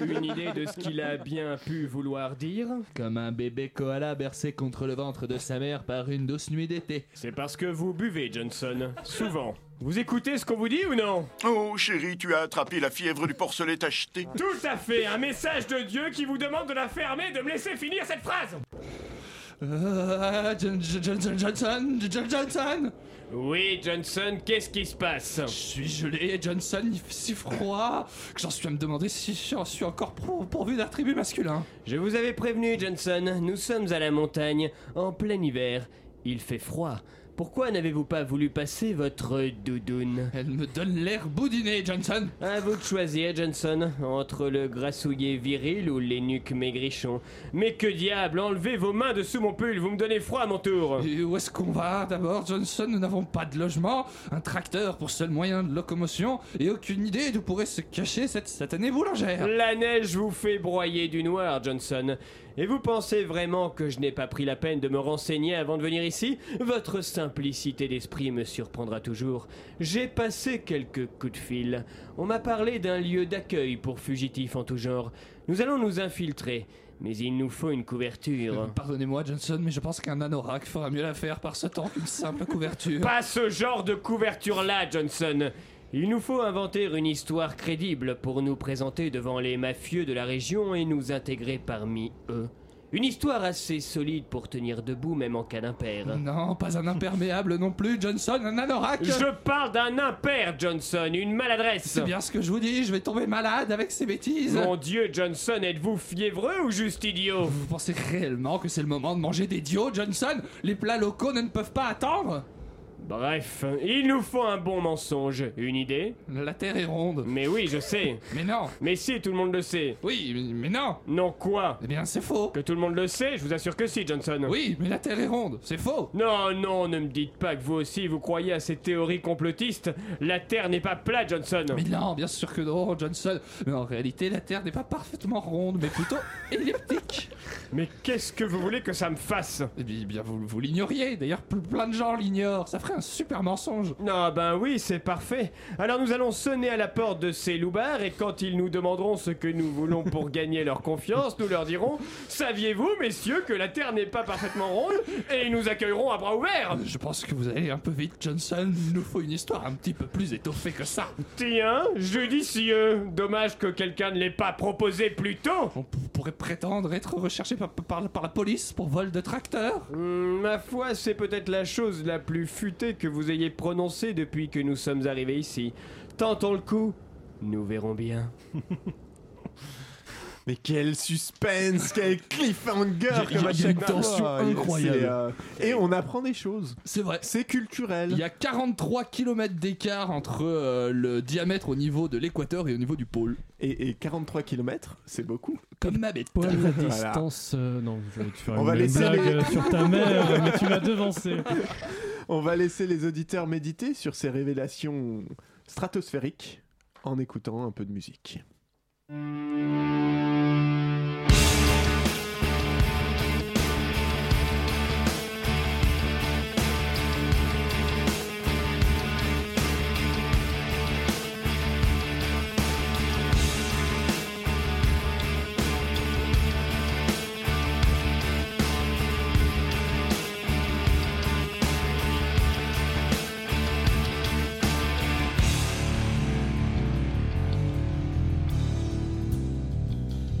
Une idée de ce qu'il a bien pu vouloir dire
Comme un bébé koala bercé contre le ventre de sa mère par une douce nuit d'été.
C'est parce que vous buvez, Johnson. Souvent. Vous écoutez ce qu'on vous dit ou non
Oh chérie, tu as attrapé la fièvre du porcelet tacheté.
Tout à fait Un message de Dieu qui vous demande de la fermer et de me laisser finir cette phrase
Euh, John- John- Johnson, Johnson, John- Johnson
Oui, Johnson, qu'est-ce qui se passe
Je suis gelé, Johnson, il fait si froid que j'en suis à me demander si j'en suis encore pour- pourvu d'un tribut masculin.
Je vous avais prévenu, Johnson, nous sommes à la montagne, en plein hiver. Il fait froid. Pourquoi n'avez-vous pas voulu passer votre doudoune
Elle me donne l'air boudiné, Johnson.
À vous de choisir, Johnson, entre le grassouillet viril ou l'énuque maigrichon.
Mais que diable Enlevez vos mains de sous mon pull, vous me donnez froid à mon tour
Et où est-ce qu'on va d'abord, Johnson Nous n'avons pas de logement, un tracteur pour seul moyen de locomotion et aucune idée d'où pourrait se cacher cette satanée boulangère.
La neige vous fait broyer du noir, Johnson. Et vous pensez vraiment que je n'ai pas pris la peine de me renseigner avant de venir ici Votre simplicité d'esprit me surprendra toujours. J'ai passé quelques coups de fil. On m'a parlé d'un lieu d'accueil pour fugitifs en tout genre. Nous allons nous infiltrer, mais il nous faut une couverture.
Euh, Pardonnez-moi, Johnson, mais je pense qu'un anorak fera mieux l'affaire par ce temps qu'une simple couverture.
Pas ce genre de couverture-là, Johnson. Il nous faut inventer une histoire crédible pour nous présenter devant les mafieux de la région et nous intégrer parmi eux. Une histoire assez solide pour tenir debout même en cas d'impair.
Non, pas un imperméable non plus, Johnson, un anorak
Je parle d'un impair, Johnson, une maladresse.
C'est bien ce que je vous dis, je vais tomber malade avec ces bêtises
Mon Dieu, Johnson, êtes-vous fiévreux ou juste idiot
Vous pensez réellement que c'est le moment de manger des dios, Johnson Les plats locaux ne ne peuvent pas attendre
Bref, il nous faut un bon mensonge. Une idée
La Terre est ronde.
Mais oui, je sais.
Mais non
Mais si, tout le monde le sait.
Oui, mais- mais non
Non quoi
Eh bien, c'est faux
Que tout le monde le sait, je vous assure que si, Johnson.
Oui, mais la Terre est ronde, c'est faux
Non, non, ne me dites pas que vous aussi vous croyez à ces théories complotistes. La Terre n'est pas plate, Johnson.
Mais non, bien sûr que non, Johnson Mais en réalité, la Terre n'est pas parfaitement ronde,
[LAUGHS]
mais plutôt elliptique
Mais qu'est-ce que vous voulez que ça me fasse
Eh bien, eh bien, vous, vous l'ignoriez, d'ailleurs, ple- plein de gens l'ignorent, ça ferait un super mensonge
Ah ben oui, c'est parfait. Alors nous allons sonner à la porte de ces loupards et quand ils nous demanderont ce que nous voulons
[LAUGHS]
pour gagner leur confiance, nous leur dirons Saviez-vous, messieurs, que la Terre n'est pas parfaitement ronde Et ils nous accueilleront à bras ouverts
Je pense que vous allez un peu vite, Johnson. Il nous faut une histoire un petit peu plus étoffée que ça.
Tiens, judicieux Dommage que quelqu'un ne l'ait pas proposé plus tôt
On p- pourrait prétendre être recherché par, par- par la police pour vol de tracteur.
Hmm, ma foi, c'est peut-être la chose la plus futée que vous ayez prononcée depuis que nous sommes arrivés ici. Tentons le coup, nous verrons bien.
[LAUGHS] Mais quel suspense, quel cliffhanger
Il y a-
comme à
il y a
chaque
une
fois.
tension
Et c'est,
incroyable.
euh, et on apprend des choses.
C'est vrai.
C'est
Il
culturel.
y a 43 km d'écart entre euh, le diamètre au niveau de l'équateur et au niveau du pôle.
Et, et 43 km, c'est beaucoup.
Comme ma bête.
Paul, la
Voilà.
distance. euh, non, je vais te faire
On
une
va laisser
blague
les-
euh, sur
[LAUGHS]
ta mère, mais tu m'as devancé.
On va laisser les auditeurs méditer sur ces révélations stratosphériques en écoutant un peu de musique.
Thank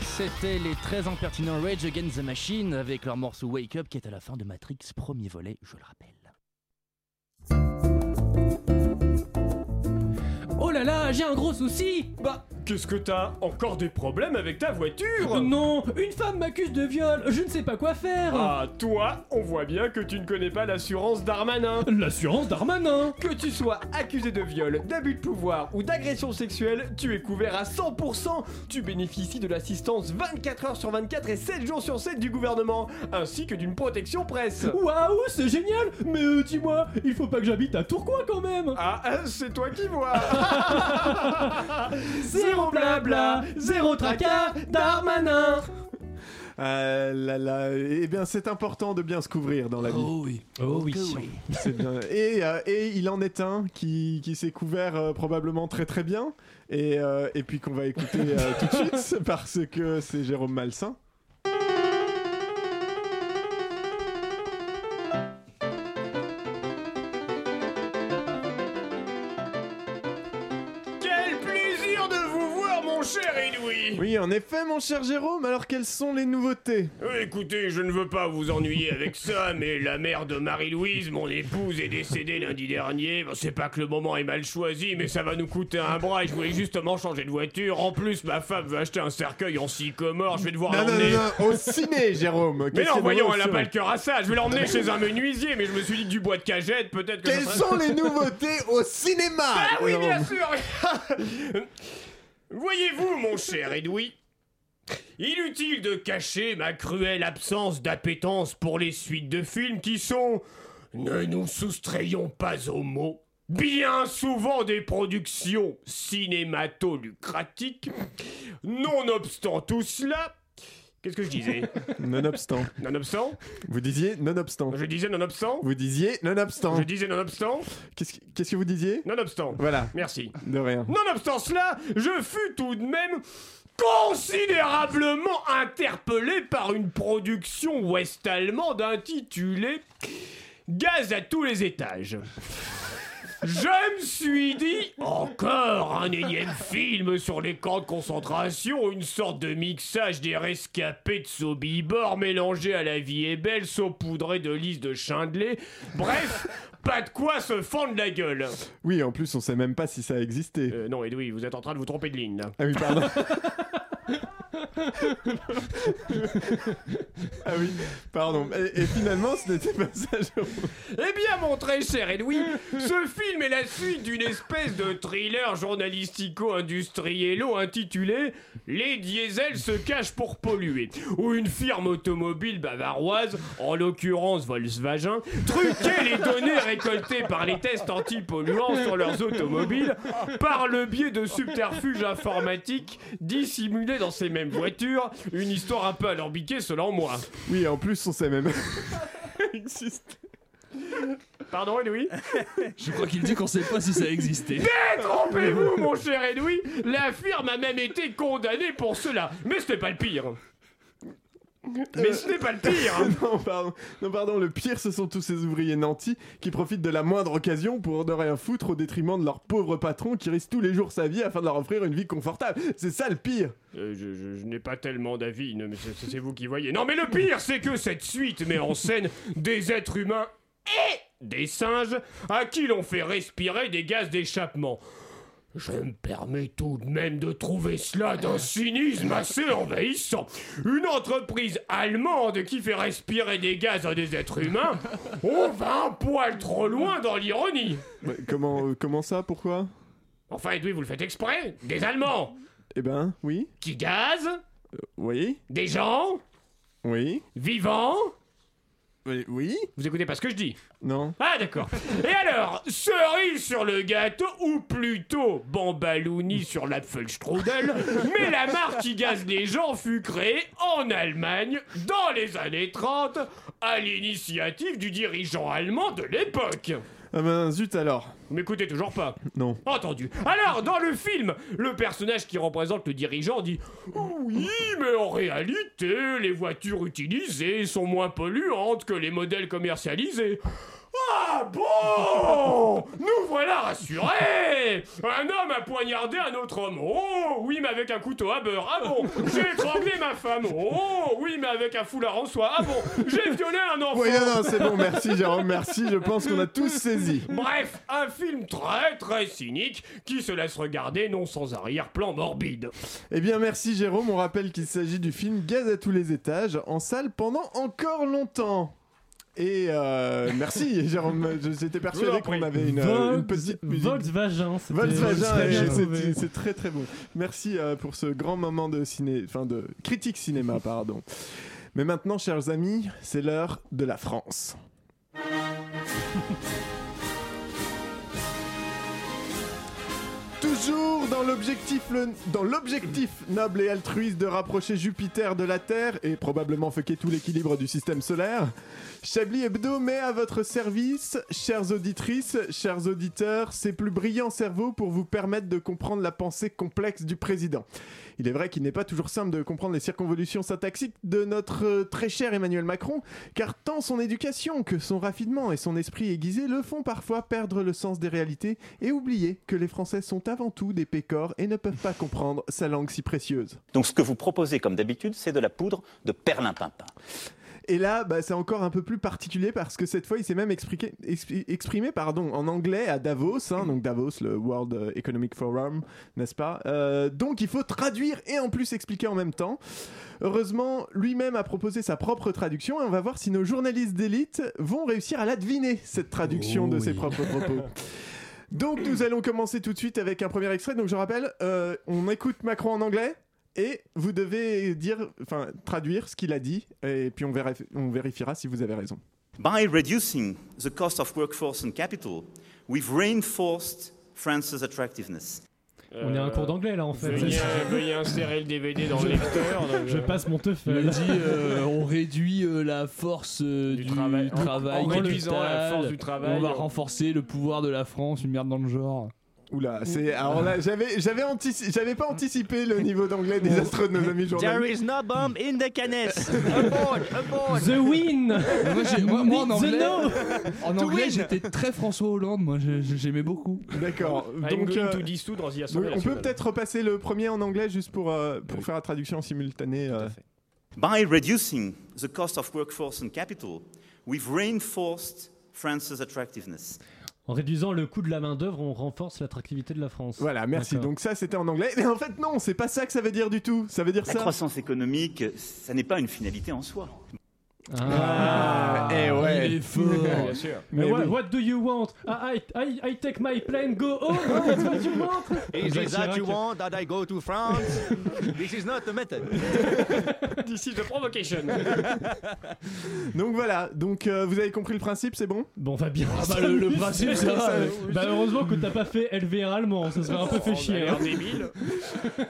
c'était les très impertinents Rage Against the Machine avec leur morceau Wake Up qui est à la fin de Matrix, premier volet, je le [LAUGHS] rappelle.
Oh là là, j'ai un gros souci Bah, qu'est-ce que t'as Encore des problèmes avec ta voiture Euh, Non, une femme m'accuse de viol, je ne sais pas quoi faire Ah, toi, on voit bien que tu ne connais pas l'assurance Darmanin L'assurance Darmanin Que tu sois accusé de viol, d'abus de pouvoir ou d'agression sexuelle, tu es couvert à 100% Tu bénéficies de l'assistance 24 heures sur 24 et 7 jours sur 7 du gouvernement, ainsi que d'une protection presse [LAUGHS]
Waouh, c'est génial Mais euh, dis-moi, il faut pas que j'habite à Tourcoing quand même
Ah, c'est toi qui
[LAUGHS]
vois
Zéro blabla, zéro tracas, Darmanin
Ah là là, eh bien c'est important de bien se couvrir dans la vie.
Oh oui,
oh oui.
C'est bien. Et, euh, et il en est un qui, qui s'est couvert euh, probablement très très bien, et, euh, et puis qu'on va écouter euh, tout de suite, [LAUGHS] parce que c'est Jérôme Malsain.
Quel plaisir de vous voir, mon cher Edoui
Oui, en effet, mon cher Jérôme, alors quelles sont les nouveautés
Euh, Écoutez, je ne veux pas vous ennuyer avec ça, mais la mère de Marie-Louise, mon épouse, est décédée lundi dernier. Bon, c'est pas que le moment est mal choisi, mais ça va nous coûter un bras et je voulais justement changer de voiture. En plus, ma femme veut acheter un cercueil en sycomore, je vais devoir
Non, non,
l'emmener.
non, non, Euh, au ciné, Jérôme
Mais
Qu'est-ce qu'il y
non,
a de
voyons,
nouveau
elle a
sur-
pas le cœur à ça. Je vais l'emmener chez un menuisier, mais je me suis dit que du bois de cagette, peut-être que.
Quelles
ça-
sont les nouveautés au cinéma
Ah oui, bien
Jérôme
sûr [LAUGHS] Voyez-vous, mon cher Edoui, inutile de cacher ma cruelle absence d'appétence pour les suites de films qui sont, ne nous soustrayons pas aux mots, bien souvent des productions cinémato-lucratiques. Nonobstant tout cela, qu'est-ce que je disais
Nonobstant.
Nonobstant
Vous disiez nonobstant.
Je disais nonobstant
Vous disiez nonobstant.
Je disais nonobstant
Qu'est-ce que- qu'est-ce que vous disiez
Nonobstant.
Voilà,
Merci.
de rien.
Nonobstant cela, je fus tout de même considérablement interpellé par une production ouest-allemande intitulée Gaz à tous les étages. Je me suis dit, encore un énième film sur les camps de concentration, une sorte de mixage des rescapés de Sobibor mélangé à la vie est belle, saupoudré de liste de Chindelé. Bref, pas de quoi se fendre la gueule.
Oui, en plus, on sait même pas si ça a existé.
Euh, non, Edoui, vous êtes en train de vous tromper de ligne, là.
Ah oui,
[LAUGHS]
pardon. ah oui, pardon. Et, et finalement, ce n'était pas ça, Jérôme.
Eh bien, mon très cher Edoui, ce film est la suite d'une espèce de thriller journalistico-industriello intitulé Les diesels se cachent pour polluer, où une firme automobile bavaroise, en l'occurrence Volkswagen, truquait les données récoltées par les tests anti-polluants sur leurs automobiles par le biais de subterfuges informatiques dissimulés dans ces mêmes voitures, une histoire un peu alambiquée selon moi.
Oui, en plus, on sait même. existé.
Pardon, Edoui
Je crois qu'il dit qu'on sait pas si ça existait.
Trompez-vous, mon cher Edoui La firme a même été condamnée pour cela. Mais ce n'est pas le pire. [LAUGHS] Mais ce n'est pas le pire
[LAUGHS] non, pardon. Non, pardon. Le pire, ce sont tous ces ouvriers nantis qui profitent de la moindre occasion pour ne rien foutre au détriment de leur pauvre patron qui risque tous les jours sa vie afin de leur offrir une vie confortable. C'est ça le
[LAUGHS]
pire.
Euh, je, je- je n'ai pas tellement d'avis, ne- mais c'est- c'est c'est vous qui voyez. Non, mais le pire, c'est que cette suite met en scène des êtres humains et des singes à qui l'on fait respirer des gaz d'échappement. Je me permets tout de même de trouver cela [LAUGHS] d'un cynisme assez envahissant. Une entreprise allemande qui fait respirer des gaz à des êtres humains, on va un poil trop loin dans l'ironie.
Mais Comment, euh, comment ça Pourquoi
Enfin, Edoui, vous le faites exprès Des Allemands
Eh ben, oui.
qui gazent,
Euh, Oui.
des gens
Oui.
vivants
Oui. oui.
Vous écoutez pas ce que je dis
Non.
Ah d'accord. Et alors, cerise sur le gâteau, ou plutôt bambalouni sur l'Apfelstrudel, mais la marque qui gaze les gens fut créée en Allemagne dans les années 30 à l'initiative du dirigeant allemand de l'époque.
Ah ben, zut alors.
Vous m'écoutez toujours pas
Non.
Entendu. Alors, dans le film, le personnage qui représente le dirigeant dit Oui, mais en réalité, les voitures utilisées sont moins polluantes que les modèles commercialisés. Ah bon Nous voilà rassurés Un homme a poignardé un autre homme. Oh oui, mais avec un couteau à beurre. Ah bon J'ai étranglé ma femme. Oh oui, mais avec un foulard en soie. Ah bon J'ai violé un enfant.
Oui, non, non, c'est bon, merci Jérôme, merci, je pense qu'on a tous saisi.
Bref, un film très très cynique qui se laisse regarder non sans arrière-plan morbide.
Eh bien, merci Jérôme, on rappelle qu'il s'agit du film Gaz à tous les étages, en salle pendant encore longtemps. Et euh, merci Jérôme, je- j'étais
Je vous
persuadé
en prie.
qu'on avait une, euh,
Volks-
une petite musique.
Volkswagen, c'était-
Volkswagen,
c'était bien
et
trouvé.
c'est- c'est très très beau. Merci euh, pour ce grand moment de ciné, enfin de critique cinéma, pardon. Mais maintenant, chers amis, c'est l'heure de la France. Toujours dans l'objectif le- dans l'objectif noble et altruiste de rapprocher Jupiter de la Terre et probablement fucker tout l'équilibre du système solaire, Chablis Hebdo met à votre service, chères auditrices, chers auditeurs, ses plus brillants cerveaux pour vous permettre de comprendre la pensée complexe du président. Il est vrai qu'il n'est pas toujours simple de comprendre les circonvolutions syntaxiques de notre euh, très cher Emmanuel Macron, car tant son éducation que son raffinement et son esprit aiguisé le font parfois perdre le sens des réalités et oublier que les Français sont avant tout des pécores et ne peuvent pas comprendre sa langue si précieuse.
Donc ce que vous proposez, comme d'habitude, c'est de la poudre de perlimpinpin.
Et là, bah, c'est encore un peu plus particulier parce que cette fois, il s'est même expliqué- expri- exprimé pardon, en anglais à Davos, hein, donc Davos, le World Economic Forum, n'est-ce pas Euh, Donc il faut traduire et en plus expliquer en même temps. Heureusement, lui-même a proposé sa propre traduction et on va voir si nos journalistes d'élite vont réussir à la deviner, cette traduction de ses propres propos. Donc nous allons commencer tout de suite avec un premier extrait. Donc je rappelle, euh, on écoute Macron en anglais et vous devez dire, enfin traduire ce qu'il a dit et puis on, vérif- on vérifiera si vous avez raison.
By reducing the cost of workforce and capital, we've reinforced France's attractiveness.
On est à un cours d'anglais là en fait.
Veuillez, veuillez insérer le DVD
[LAUGHS]
dans le lecteur. donc,
Je
euh,
passe mon teuf.
Il a
[LAUGHS]
dit euh, on réduit euh, la force euh, du, travail,
en
capitale.
réduisant la force du travail.
On va renforcer le pouvoir de la France, une merde dans le genre.
Oula, Ah, c'est
Mm.
alors là j'avais j'avais antici- j'avais pas anticipé le niveau d'anglais désastreux de nos amis
Mm. There
journalistes.
is no bomb in the canes. aboard, aboard.
The win
Moi, j'ai- moi- moi, en
Need the
anglais-
know.
En
To
anglais,
win.
j'étais très François Hollande. [LAUGHS] Moi, je- je- j'aimais beaucoup.
D'accord.
Ah,
I'm
Donc
going
euh,
to dissoudre the
on
Assemblée
peut
nationale.
peut-être repasser le premier en anglais juste pour euh, pour faire la traduction simultanée. euh.
By reducing the cost of workforce and capital, we've reinforced France's attractiveness.
En réduisant le coût de la main-d'œuvre, on renforce l'attractivité de la France.
Voilà, merci.
D'accord.
Donc ça c'était en anglais. Mais en fait non, c'est pas ça que ça veut dire du tout. Ça veut dire
La
ça.
croissance économique, ça n'est pas une finalité en soi.
Ah, eh ouais.
il est
[LAUGHS]
[LAUGHS]
fort.
Bien sûr. Mais
Eh
what,
oui.
what do you want Ah, I, I, I, I take my plane, go
[LAUGHS]
home. It's what you want.
Is it
Jacques
that
Chirac.
you want that I go to
[LAUGHS]
France? This is not the method.
This is the provocation.
Donc voilà, donc euh, vous avez compris le principe, c'est bon
Bon, on va bien.
Ah bah, le- le principe, ça va.
[LAUGHS]
Bah, heureusement que t'as pas fait élevé allemand, ça serait un
Oh,
peu fait chier. hein.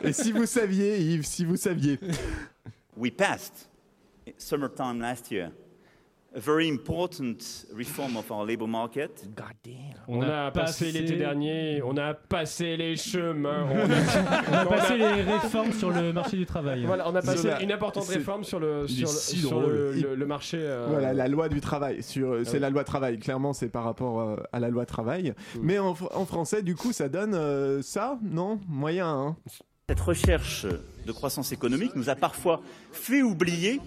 Et si vous saviez, Yves, si vous saviez.
We passed, in summertime last year, a very important reform of our labor market.
On, a, passé l'été dernier, on a passé les chemins.
[LAUGHS]
On
On a passé les réformes sur le marché du travail.
Voilà, on a passé
Zola,
une importante
c'est-
réforme sur le,
Il
sur
est
le,
si
sur
drôle.
le,
Il-
le- le marché. euh,
Voilà, la loi du travail. Sur, euh, c'est
Ah
oui.
la loi travail. Clairement, c'est par rapport euh, à la loi travail. Mais en, fr- en français, du coup, ça donne euh, ça Non Moyen, hein
Cette recherche de croissance économique nous a parfois fait oublier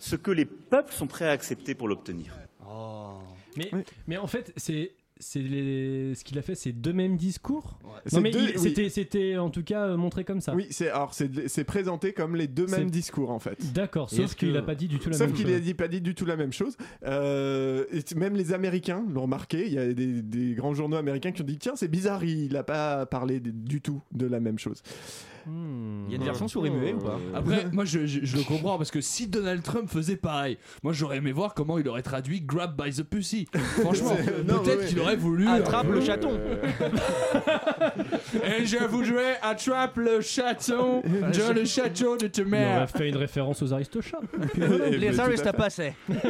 ce que les peuples sont prêts à accepter pour l'obtenir.
Oh.
Mais, mais en fait, c'est. C'est les- ce qu'il a fait, c'est deux mêmes discours.
C'est
Non mais
deux-
il-
oui.
c'était c'était en tout cas euh, montré comme ça.
Oui, c'est, alors, c'est, c'est présenté comme les deux
C'est-
mêmes discours, en fait.
D'accord,
Et
sauf
est-ce
qu'il
que-
a pas dit du tout la
Sauf
même
qu'il
chose.
a dit pas dit du tout la même chose. Euh, et t- même les Américains l'ont remarqué. Il y a des, des grands journaux américains qui ont dit tiens c'est bizarre, il n'a pas parlé d- du tout de la même chose. Euh,
Il y a
Hmm.
une version souris muet ou pas
Après, moi je, je- je le comprends parce que si Donald Trump faisait pareil, moi j'aurais aimé voir comment il aurait traduit grab by the pussy. Franchement,
C'est- non,
peut-être
ouais.
qu'il aurait voulu. euh,
Attrape le chaton.
[LAUGHS] Et je voudrais attrape le chaton de le château de ta
Il aurait
mère.
fait une référence aux aristochats.
[LAUGHS] Et ben, tout à fait.
passé.
[LAUGHS]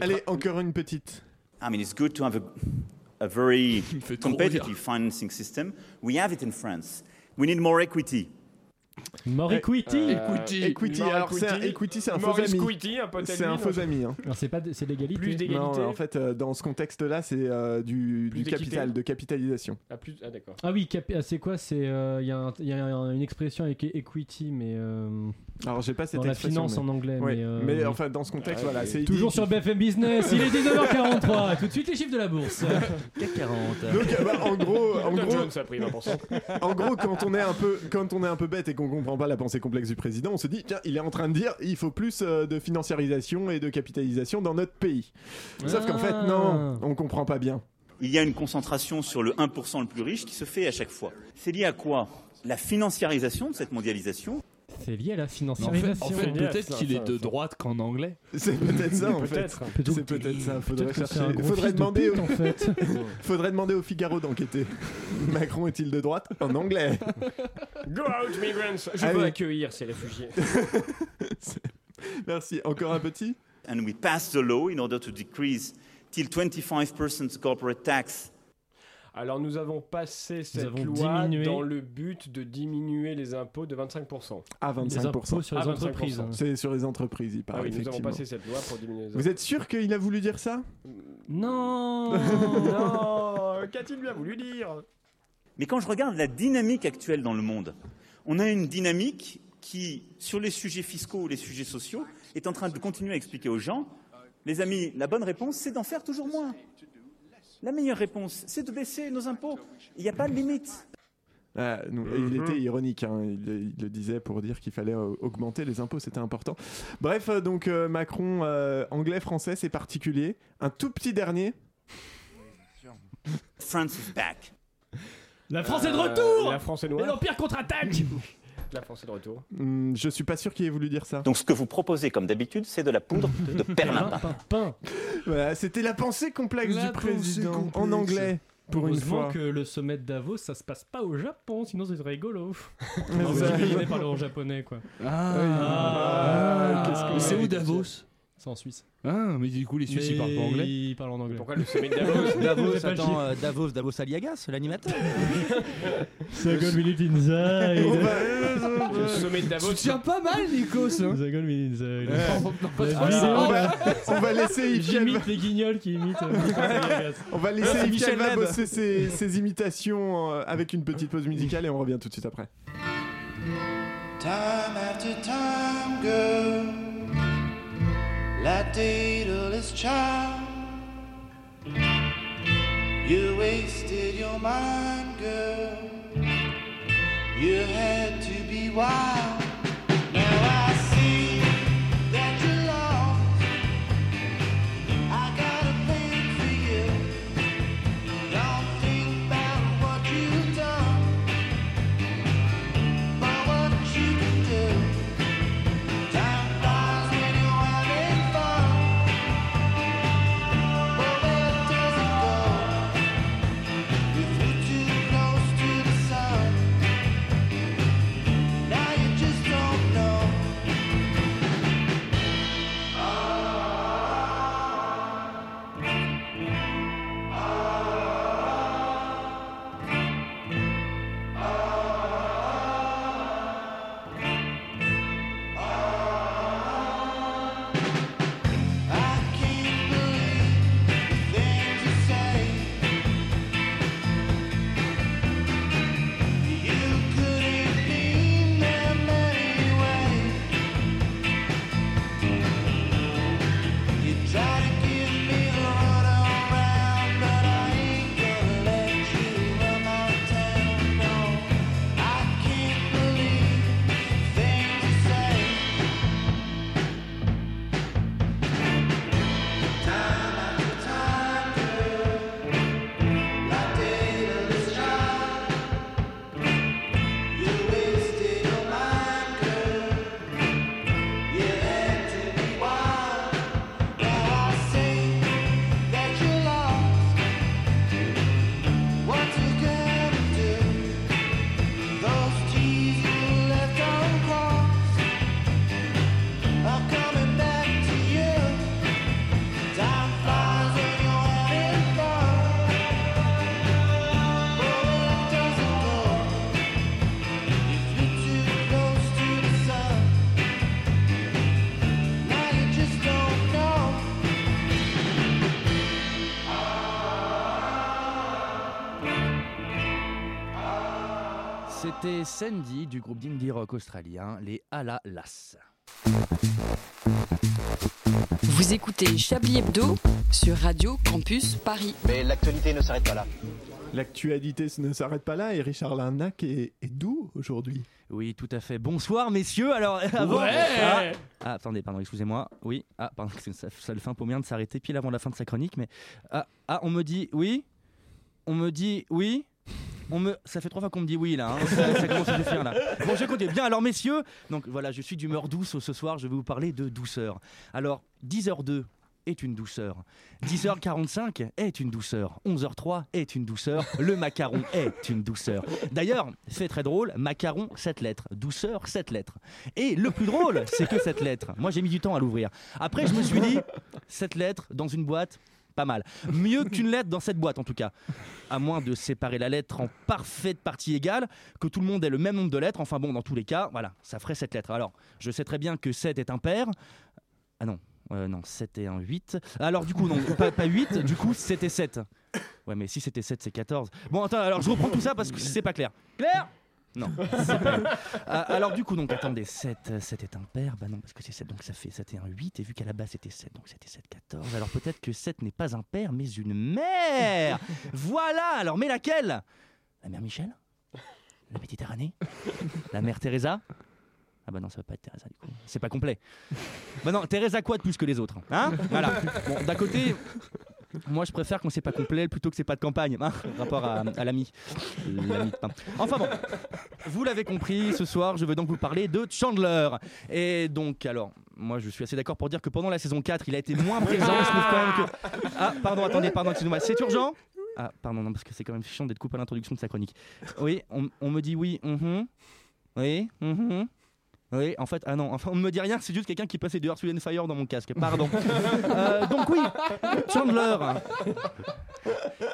Allez, encore une petite.
I mean, it's good to have a, a
[LAUGHS]
very
fait trop
competitive financing system. We have it in France. We need more equity.
Mort equity.
Euh, Equity. Equity, Mort alors, c'est un- equity. equity, c'est un faux Maurice ami. Equity, un pote à C'est lui, un non faux ami, hein.
Non, c'est pas de- c'est l'égalité.
Non, en fait, euh, dans ce contexte-là, c'est euh, du,
Plus
du
d'équité.
capital, de capitalisation.
Ah, plus... ah d'accord.
Ah oui, cap- ah, c'est quoi C'est il y a, un- y a un- une expression avec equity, mais euh,
Alors, j'ai pas cette
dans la
expression,
finance
mais-
en anglais.
Ouais,
Mais, euh,
mais enfin, dans ce contexte, voilà, c'est-
toujours
il-
sur BFM Business. Il
[LAUGHS]
est 19h43. Tout de suite les chiffres de la bourse.
CAC 40.
Donc, euh, bah, en gros, en
Dow
gros,
Jones a pris 20%.
[LAUGHS] en gros, quand on est un peu, quand on est un peu bête et qu'on comprend pas la pensée complexe du président, on se dit, tiens, il est en train de dire, il faut plus euh, de financiarisation et de capitalisation dans notre pays. Sauf qu'en fait,
Ah.
non, on comprend pas bien.
Il y a une concentration sur le 1% le plus riche qui se fait à chaque fois. C'est lié à quoi La financiarisation de cette mondialisation.
C'est lié à la
en fait-
financiarisation.
en fait, peut-être qu'il est de
droite qu'en anglais.
C'est peut-être ça en fait.
Peut-être.
C'est peut-être ça. Faudrait
Peut-être que c'est
chercher.
un gros
Faudrait
fils de
demander.
pute,
au-
en fait.
[LAUGHS] Faudrait demander au Figaro
[LAUGHS]
d'enquêter. Macron est-il de droite En anglais.
Go out, migrants Je
Ah
veux
oui.
accueillir
[LAUGHS]
ces réfugiés.
Merci. Encore un petit.
And we passed the law in order to decrease till 25% corporate tax.
Alors nous avons passé cette
avons
loi
diminué-
dans le but de diminuer les impôts de 25%.
À 25%.
À 25%.
hein.
C'est sur les entreprises, il
Ah
paraît.
oui, nous avons
Bah effectivement.
passé cette loi pour diminuer les impôts.
Vous êtes sûr qu'il a voulu dire ça
[LAUGHS]
[LAUGHS]
Non
Non Qu'a-t-il bien voulu dire
Mais quand je regarde la dynamique actuelle dans le monde, on a une dynamique qui, sur les sujets fiscaux ou les sujets sociaux, est en train de continuer à expliquer aux gens, les amis, la bonne réponse, c'est d'en faire toujours moins. La meilleure réponse, c'est de baisser nos impôts. Il n'y a pas de limite.
Ah, non, et Il était ironique, hein, il, il le disait pour dire qu'il fallait euh, augmenter les impôts, c'était important. Bref, euh, donc euh, Macron, euh, anglais, français, c'est particulier. Un tout petit dernier.
France is back.
La
France est de retour Euh, La France est noire.
Et l'Empire contre-attaque
[LAUGHS] La France est de retour.
Hmm, je suis pas sûr qu'il ait voulu dire ça.
Donc ce que vous proposez, comme d'habitude, c'est de la poudre de perlimpin.
Voilà, c'était la pensée complexe
La
du
pensée
président en
complexe.
anglais. Pour une [LAUGHS]
Heureusement
fois.
que le sommet de Davos, ça se passe pas au Japon, sinon c'est
[LAUGHS]
rigolo.
Mais
On
vous avez-
par le japonais, quoi.
Ah.
qu'est-ce que-
Mais c'est où Davos
C'est en Suisse.
Ah, mais du coup, les Suisses, ils parlent pas anglais.
Ils parlent en anglais.
Pourquoi le
sommet de [LAUGHS]
[LAUGHS]
Davos, Davos,
Pas le
attends,
chiffre.
euh, Davos, Davos Aliagas, l'animateur.
Second minute
Ah,
inside.
Le
[LAUGHS]
sommet de Davos.
Tu tiens Ah, pas mal, Nikos. hein.
Second minute inside.
Ouais.
La
Ah,
vidéo.
on va-
[LAUGHS]
[LAUGHS]
on va laisser Yves
J'imite les guignols qui imitent. euh, Aliagas.
On va
Ah, c'est
laisser Michel
Michel Leb.
bosser
[LAUGHS]
ses, ses imitations euh, avec une petite pause musicale et on revient tout de suite après.
Time after time, girl, like daedalus child, you wasted your mind, girl. You had to be wild. Now I see that you lost. I got a plan for you. Don't think about what you've done. But what you can do, time flies when you're having fun. But where does it go if you're too close to the sun? Now you're just
C'était Sandy du groupe d'indie rock australien, les Ala Las.
Vous écoutez Chablis Hebdo sur Radio Campus Paris.
Mais l'actualité ne s'arrête pas là.
L'actualité ne s'arrête pas là et Richard Larnac est, est doux aujourd'hui.
Oui, tout à fait. Bonsoir, messieurs. Alors, [LAUGHS] avant.
Ouais.
Ah, ah, attendez, pardon, excusez-moi. Oui, ah, pardon, [LAUGHS] ça, ça le fait un peu bien de s'arrêter pile avant la fin de sa chronique, mais. Ah, ah, on me dit oui On me dit oui on me... Ça fait trois fois qu'on me dit oui là, hein. ça, ça commence à défaire là. Bon, je comptais bien. Alors, messieurs, donc voilà, je suis d'humeur douce ce soir, je vais vous parler de douceur. Alors, 10h02, est une douceur. 10h45 est une douceur. 11h03 est une douceur. Le macaron [LAUGHS] est une douceur. D'ailleurs, c'est très drôle, macaron, 7 lettres. Douceur, 7 lettres. Et le plus drôle, c'est que cette lettre. Moi, j'ai mis du temps à l'ouvrir. Après, je me suis dit, cette lettre dans une boîte, pas mal. Mieux qu'une lettre dans cette boîte en tout cas. À moins de séparer la lettre en parfaite partie égale, que tout le monde ait le même nombre de lettres. Enfin bon, dans tous les cas, voilà, ça ferait cette lettre. Alors, je sais très bien que 7 est impair. Ah non, euh, non, 7 et 1, 8. Alors du coup, non, pas, pas 8, du coup, c'était 7. Ouais, mais si c'était 7, c'est 14. Bon, attends, alors je reprends tout ça parce que c'est pas clair. Claire Non. c'est pas- Euh, alors du coup, donc attendez, 7, euh, 7 est impair, bah non, parce que c'est 7, donc ça fait 7 et 1, 8, et vu qu'à la base c'était 7, donc c'était 7, 14. Alors peut-être que 7 n'est pas impair, mais une mère Voilà, alors mais laquelle La mère Michel La Méditerranée La mère Teresa ah bah non, ça va pas être Teresa du coup. C'est pas complet. Bah non, Teresa quoi de plus que les autres Hein Voilà. Bon, d'un côté, moi je préfère qu'on c'est pas complet plutôt que c'est pas de campagne. hein, rapport à, à l'ami. L'ami de pain. Enfin bon, vous l'avez compris, ce soir je veux donc vous parler de Chandler. Et donc alors, moi je suis assez d'accord pour dire que pendant la saison 4, il a été moins présent. Je trouve quand même que... Ah pardon, attendez, pardon, excusez-moi, c'est urgent ah, pardon, non, parce que c'est quand même chiant d'être coupé à l'introduction de sa chronique. Oui, on, on me dit oui, mhm. Oui, mhm. Oui, en fait, ah non, enfin, on ne me dit rien, c'est juste quelqu'un qui passait du Earth, Wind and Fire dans mon casque, pardon. Euh, donc oui, Chandler.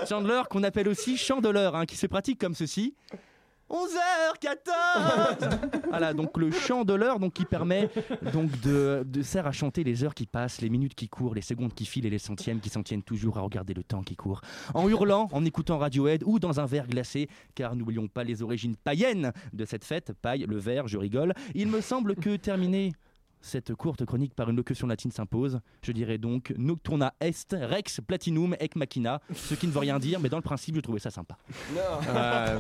Chandler, qu'on appelle aussi chandeleur, hein, qui se pratique comme ceci. 11h14 Voilà, donc le chant de l'heure donc, qui permet donc de, de sert à chanter les heures qui passent, les minutes qui courent, les secondes qui filent et les centièmes qui s'en tiennent toujours à regarder le temps qui court. En hurlant, en écoutant Radiohead ou dans un verre glacé, car n'oublions pas les origines païennes de cette fête. Paille, le verre, je rigole. Il me semble que terminer cette courte chronique par une locution latine s'impose. Je dirais donc Nocturna Est, Rex, Platinum, Ec Machina, ce qui ne veut rien dire, mais dans le principe, je trouvais ça sympa.
Euh,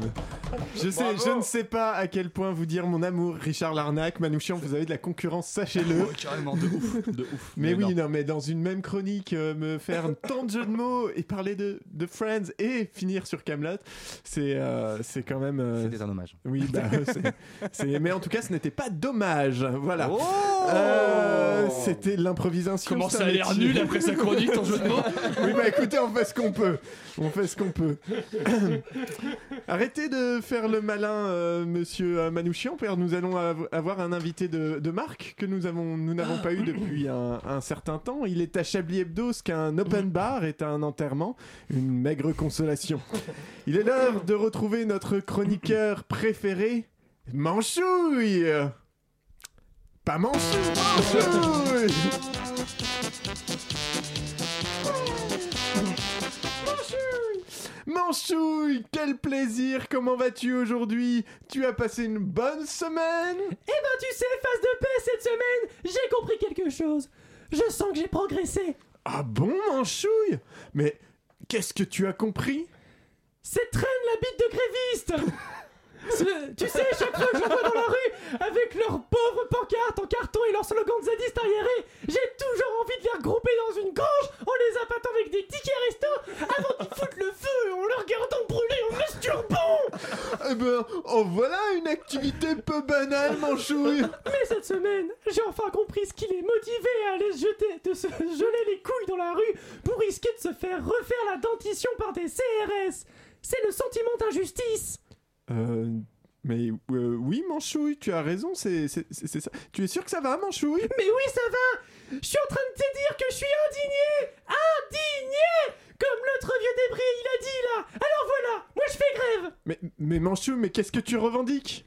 je, sais,
Bravo.
je ne sais pas à quel point vous dire mon amour, Richard Larnac, Manouchian, vous avez de la concurrence, sachez-le.
Oh, carrément, de ouf, de ouf.
Mais oui, non, mais dans une même chronique, euh, me faire tant de jeux de mots et parler de, de Friends et finir sur Camelot, c'est euh, c'est quand même.
C'était un hommage.
Oui, bah, [LAUGHS] c'est- c'est- mais en tout cas, ce n'était pas dommage. Voilà.
Oh
Euh, C'était l'improvisation.
Comment
c'est
ça
un
a l'air
métier.
nul après sa chronique, ton jeu de mots
[LAUGHS] Oui, bah écoutez, on fait ce qu'on peut. On fait ce qu'on peut. Arrêtez de faire le malin, euh, monsieur euh, Manouchian, car nous allons av- avoir un invité de, de marque que nous avons, nous n'avons pas eu depuis un, un certain temps. Il est à Chablis Hebdo, ce qu'un open bar est un enterrement, une maigre consolation. Il est l'heure de retrouver notre chroniqueur préféré, Manchouille Pas Manchouille Manchouille, quel plaisir Comment vas-tu aujourd'hui Tu as passé une bonne semaine
Eh ben tu sais, face de paix, cette semaine, j'ai compris quelque chose. Je sens que j'ai progressé.
Ah bon, Manchouille Mais qu'est-ce que tu as compris
Cette traîne la bite de gréviste Ce- Tu sais, chaque fois que je les vois dans la rue, avec leurs pauvres pancartes en carton et leurs slogans de zadistes arriérés, j'ai toujours envie de les regrouper dans une grange en les appâtant avec des tickets resto avant qu'ils foutent le feu en les regardant brûler en masturbant
Eh ben, en voilà une activité peu banale, Manchouille
Mais cette semaine, j'ai enfin compris ce qui les motivait à aller se jeter, de se geler les couilles dans la rue pour risquer de se faire refaire la dentition par des CRS. C'est le sentiment d'injustice.
Euh... Mais euh, oui, Manchouille, tu as raison, c'est c'est- c'est- c'est ça. Tu es sûr que ça va, Manchouille
Mais oui, ça va Je suis en train de te dire que je suis indigné Indigné Comme l'autre vieux débris, il a dit là Alors voilà, moi je fais grève
Mais, mais Manchouille, mais qu'est-ce que tu revendiques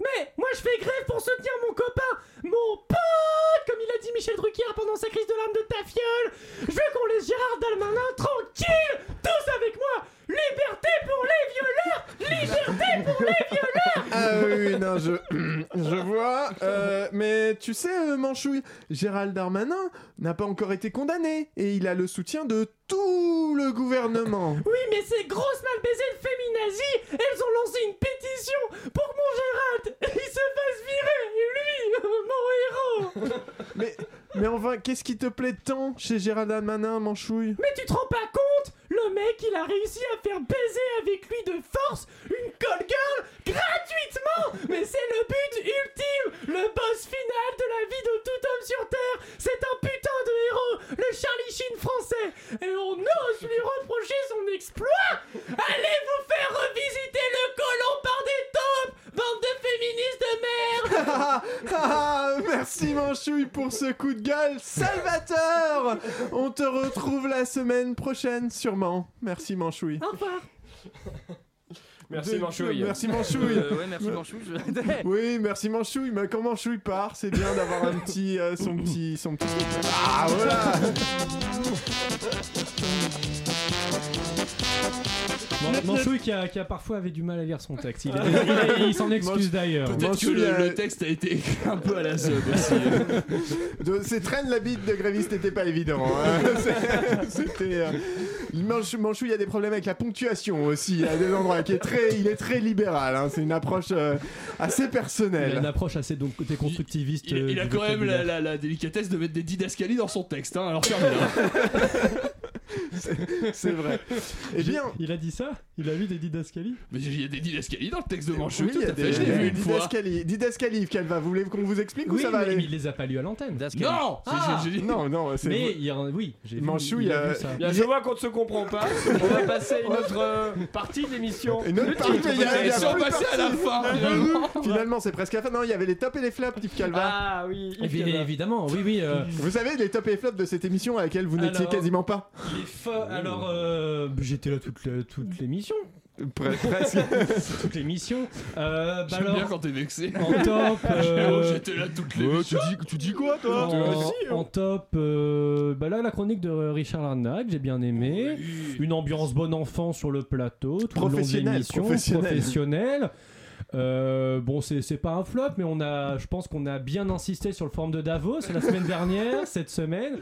Mais moi je fais grève pour soutenir mon copain, mon pote, comme il a dit Michel Drucker pendant sa crise de l'âme de ta fiole. Je veux qu'on laisse Gérard Dalmanin tranquille, tous avec moi. Liberté pour les violeurs, liberté pour les violeurs.
Ah non, je, [CLEARS THROAT] je vois. Euh, mais tu sais, euh, Manchouille, Gérald Darmanin n'a pas encore été condamné et il a le soutien de tout le gouvernement.
[LAUGHS] Oui, mais ces grosses mal baisées de féminazis, elles ont lancé une pétition pour que mon Gérald il se fasse virer et lui, mon héros
Mais enfin, qu'est-ce qui te plaît tant chez Gérald Darmanin, Manchouille
Mais tu [LAUGHS] te rends pas compte Le mec, il a réussi à faire baiser avec lui de force une call girl gratuitement Mais c'est le but ultime Le boss final de la vie de tout homme sur Terre C'est un putain de héros Le Charlie Sheen français Et on ose lui reprocher son exploit Allez vous faire revisiter le colon par des taupes Bande de féministes de merde
Ah, [LAUGHS] ah, [LAUGHS] Merci Manchouille pour ce coup de gueule salvateur On te retrouve la semaine prochaine sûrement. Merci Manchouille.
Au revoir
Merci, Manchouille. [LAUGHS]
Merci Manchouille.
Euh, ouais, merci, Manchouille,
[LAUGHS] [LAUGHS]
je-
oui, merci Manchouille. Mais quand Manchouille part, c'est bien d'avoir un petit, euh, son petit, son petit. Ah voilà.
Man-
[LAUGHS]
Manchouille qui a, qui a parfois avait du mal à lire son texte. Il, il- il- il s'en excuse d'ailleurs.
Peut-être que le, le texte a été écrit un peu à la zone
Euh,
aussi.
De- Ces traînes la bite de gréviste n'était pas évident. hein. [LAUGHS] C'est- C'était. euh, Manchou, Manchou, il y a des problèmes avec la ponctuation aussi. à des endroits qui est très, il est très libéral. hein. C'est une approche euh, assez
Il a une
personnelle.
approche assez donc, euh, déconstructiviste.
Il, il a quand même la, la- la délicatesse de mettre des didascalies dans son texte, hein, alors fermez-la.
C'est
[LAUGHS]
vrai. Eh bien,
il a dit ça Il a lu des didascalies
Mais il y a des didascalies dans le texte de Manchou,
Oui,
tout
il y a
à fait,
des
je l'ai vu une fois.
didascalies. Didascalies, Calva. Vous voulez qu'on vous explique ou
Oui,
ça va
mais
aller
il les a pas lus à l'antenne.
Non
Ah
j'ai- j'ai-
Non, non, c'est.
Mais il y a un- oui, j'ai vu-
Manchou,
il
il
a
y a-
vu ça.
Bien, je vois qu'on ne se comprend pas. On va passer à une autre euh, partie de l'émission.
Une autre
Le
partie,
titre,
il y a- il y a
peut-être.
plus de
passés à la
partie.
fin,
Ah, [LAUGHS]
finalement.
Finalement, c'est presque la fin. Non, il y avait les tops et les flops, Yves Calva.
Ah oui,
Et puis, évidemment, oui, oui. euh,
[LAUGHS] Vous savez, les tops et flops de cette émission à laquelle vous n'étiez
Alors-
quasiment pas
les fa- Alors, euh, j'étais là toute, le- toute l'émission. [LAUGHS]
Presque.
toute l'émission. Euh, bah
J'aime
alors,
bien quand t'es vexé.
en top. euh,
[LAUGHS] J'étais là toutes les tu, dis, tu dis quoi,
En,
toi
en top, euh, bah là la chronique de Richard Larnac, j'ai bien aimé. Une ambiance bon enfant sur le plateau, tout le long de
Professionnel,
l'émission,
professionnel.
professionnel. Euh, bon, c'est c'est pas un flop, mais on a, je pense qu'on a bien insisté sur le forum de Davos la semaine dernière, cette semaine.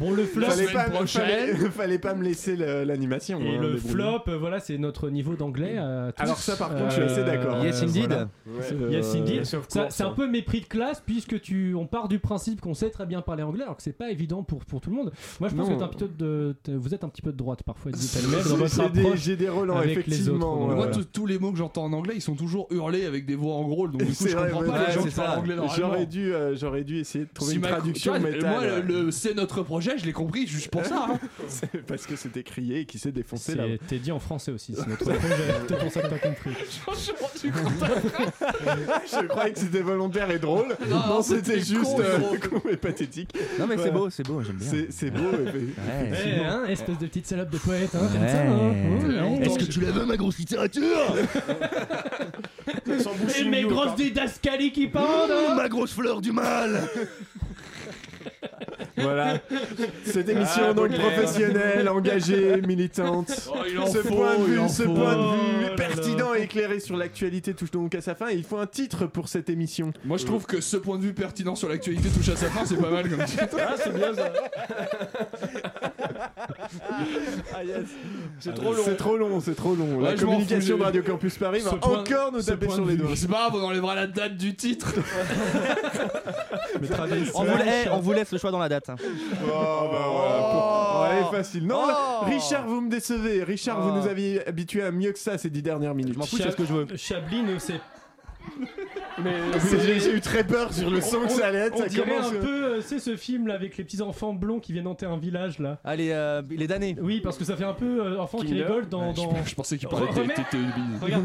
Bon, le flop,
fallait,
semaine
pas,
prochaine.
fallait, [LAUGHS] fallait pas me laisser le- l'animation.
Et
hein,
le
débrouiller.
flop, euh, voilà, c'est notre niveau d'anglais. à tous.
Alors ça, par contre, je suis assez d'accord.
Yes, indeed.
Ouais.
Euh, Yes, indeed.
Yes, of
Ça,
course.
C'est
hein.
un peu mépris de classe puisque tu, on part du principe qu'on sait très bien parler anglais alors que c'est pas évident pour, pour tout le monde. Moi, je pense
Non.
que t'es un petit peu de, t'es- vous êtes un petit peu de droite
[LAUGHS]
parfois, dites
C'est-
dans votre
c'est des-
approche.
J'ai des relents,
avec les
effectivement.
autres, donc,
ouais.
Moi, tous- tous les mots que j'entends en anglais, ils sont toujours hurlés avec des voix en gros, donc du coup,
C'est
je
vrai,
comprends
ouais,
pas
ouais,
les gens
c'est
qui parlent
ça.
anglais normalement.
J'aurais dû, euh, j'aurais dû essayer de trouver
Si
une
ma-
traduction euh,
tu vois,
métal.
Moi, le,
ouais.
le c'est notre projet, je l'ai compris juste pour ça. hein.
[LAUGHS] C'est parce que c'était crié et qui s'est défoncé là.
C'est- T'es dit en français aussi, c'est
[LAUGHS]
notre c'est pour ça que t'as compris.
Franchement, tu comprends
Je croyais que c'était volontaire et drôle.
Non,
Non,
non,
c'était
c'était
juste
con et
euh,
drôle.
con et pathétique.
Non, mais
Ouais.
c'est beau, c'est beau, j'aime bien.
C'est c'est beau.
Ouais.
Eh, hein, espèce de petite salope de poète, hein, comme
Ouais.
ça. hein. Mmh, ouais.
Est-ce que tu la veux, ma grosse littérature
Et mes grosses didascalies qui pendent hein.
Ma grosse fleur du mal
Voilà. Cette émission donc
Baudelaire.
professionnelle, engagée, militante.
Ah, Oh, il en
ce
faut,
point de
il en
vue, ce
faut.
point
Oh
de
là
vue pertinent et éclairé sur l'actualité touche donc à sa fin. Et il faut un titre pour cette émission.
Moi, je trouve que ce point de vue pertinent sur l'actualité touche à sa fin, c'est pas mal
[LAUGHS]
comme titre.
Ah,
Ah,
C'est trop long.
Ah, C'est trop long, c'est trop long. La
Ouais, je m'en
communication
fous,
de
je-
Radio Campus Paris va
ce point-
encore nous
ce
taper
point
sur
de
les
vue.
doigts.
C'est pas grave, on enlèvera la date
[LAUGHS]
du titre. [LAUGHS]
Mais
Ah, bah,
Travis
On vous,
Scott,
la- eh, on vous laisse le choix dans la date. hein.
Oh, bah, voilà, pour- ouais, elle est facile. Non,
Oh.
Richard, vous me décevez. Richard,
Oh.
vous nous aviez habitué à mieux que ça ces dix dernières minutes. Je m'en
Chab- Chablis ne sait
J'ai j'ai eu très peur sur le son que ça allait être.
On
ça
dirait
commence.
un peu, euh, c'est ce film là avec les petits enfants blonds qui viennent hanter un village là.
Allez, euh, il est damné.
Oui, parce que ça fait un peu euh, enfant qui
Kinder.
rigole dans. dans...
Je, je pensais qu'il parlait
Remets-
de TTUB.
Regarde.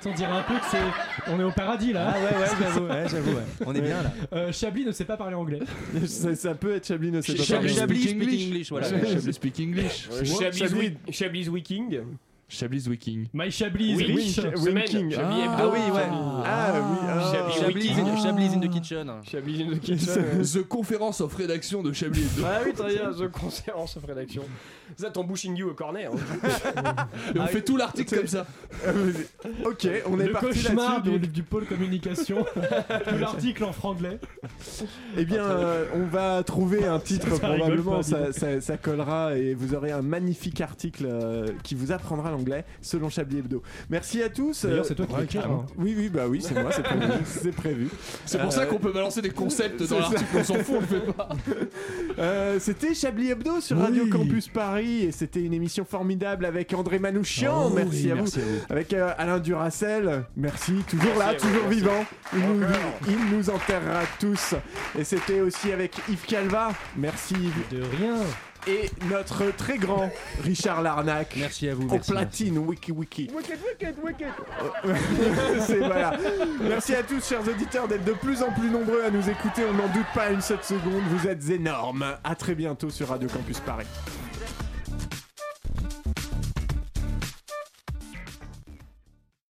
Ça, On dirait un peu que c'est. On est au paradis là.
Ah ouais, ouais,
[LAUGHS]
j'avoue, ouais, j'avoue, ouais. On est bien là.
Euh, Chablis ne sait pas parler anglais.
[LAUGHS] ça, ça peut être Chablis, ne sait pas
Chablis
parler.
Chablis
speak
speak
English.
English, voilà.
Chablis speak English.
Chablis Wi- Chablis Wiking.
Chablis Wiking.
My Chablis
Oui,
Rich.
Wink-
Semaine.
Winking.
Chablis
Ah,
Hebdo.
oui, ouais.
Chablis.
Ah, oui. ah.
Chablis,
Chablis in- Chablis in the
kitchen.
Chablis
[LAUGHS]
in the
The Conférence of rédaction de Chablis Hebdo.
Ah oui, très bien, The Conférence of Rédaction. Ça, ton Bushing You au corner. hein.
Et
Ah
on fait tout l'article
[LAUGHS]
comme ça.
ok,
on est
le
parti
cauchemar
là-dessus,
du,
donc.
du
[LAUGHS]
pôle communication. de l'article en franglais.
Eh bien, euh, on va trouver un titre
Ça rigole
probablement,
pas, dis
ça,
donc.
ça- ça collera et vous aurez un magnifique article euh, qui vous apprendra l'anglais selon Chablis Hebdo. Merci à tous.
D'ailleurs, c'est toi qui
ouais,
l'écris,
carrément.
hein.
Oui, oui, bah oui, c'est moi, c'est prévu. c'est
[LAUGHS]
prévu.
C'est pour ça
Euh,
qu'on peut balancer des concepts dans
c'est ça.
l'article, on s'en fout, on le fait pas.
[LAUGHS] Euh, c'était Chablis Hebdo sur Radio Campus Paris et c'était une émission formidable avec André Manouchian,
Oh
merci,
oui,
à,
merci
vous.
à vous.
Avec euh, Alain Duracel, merci, toujours
Merci à
là,
vous,
toujours
merci.
vivant. Il nous,
Encore.
il nous enterrera tous. Et c'était aussi avec Yves Calva, merci Yves.
De rien.
Et notre très grand Richard Larnac.
Merci à vous.
Au platine, wiki wiki.
Wicked, wicked, wicked.
Euh,
[LAUGHS] C'est voilà. Merci à tous, chers auditeurs, d'être de plus en plus nombreux à nous écouter. On n'en doute pas une seule seconde. Vous êtes énormes. À très bientôt sur Radio Campus Paris.
Vous êtes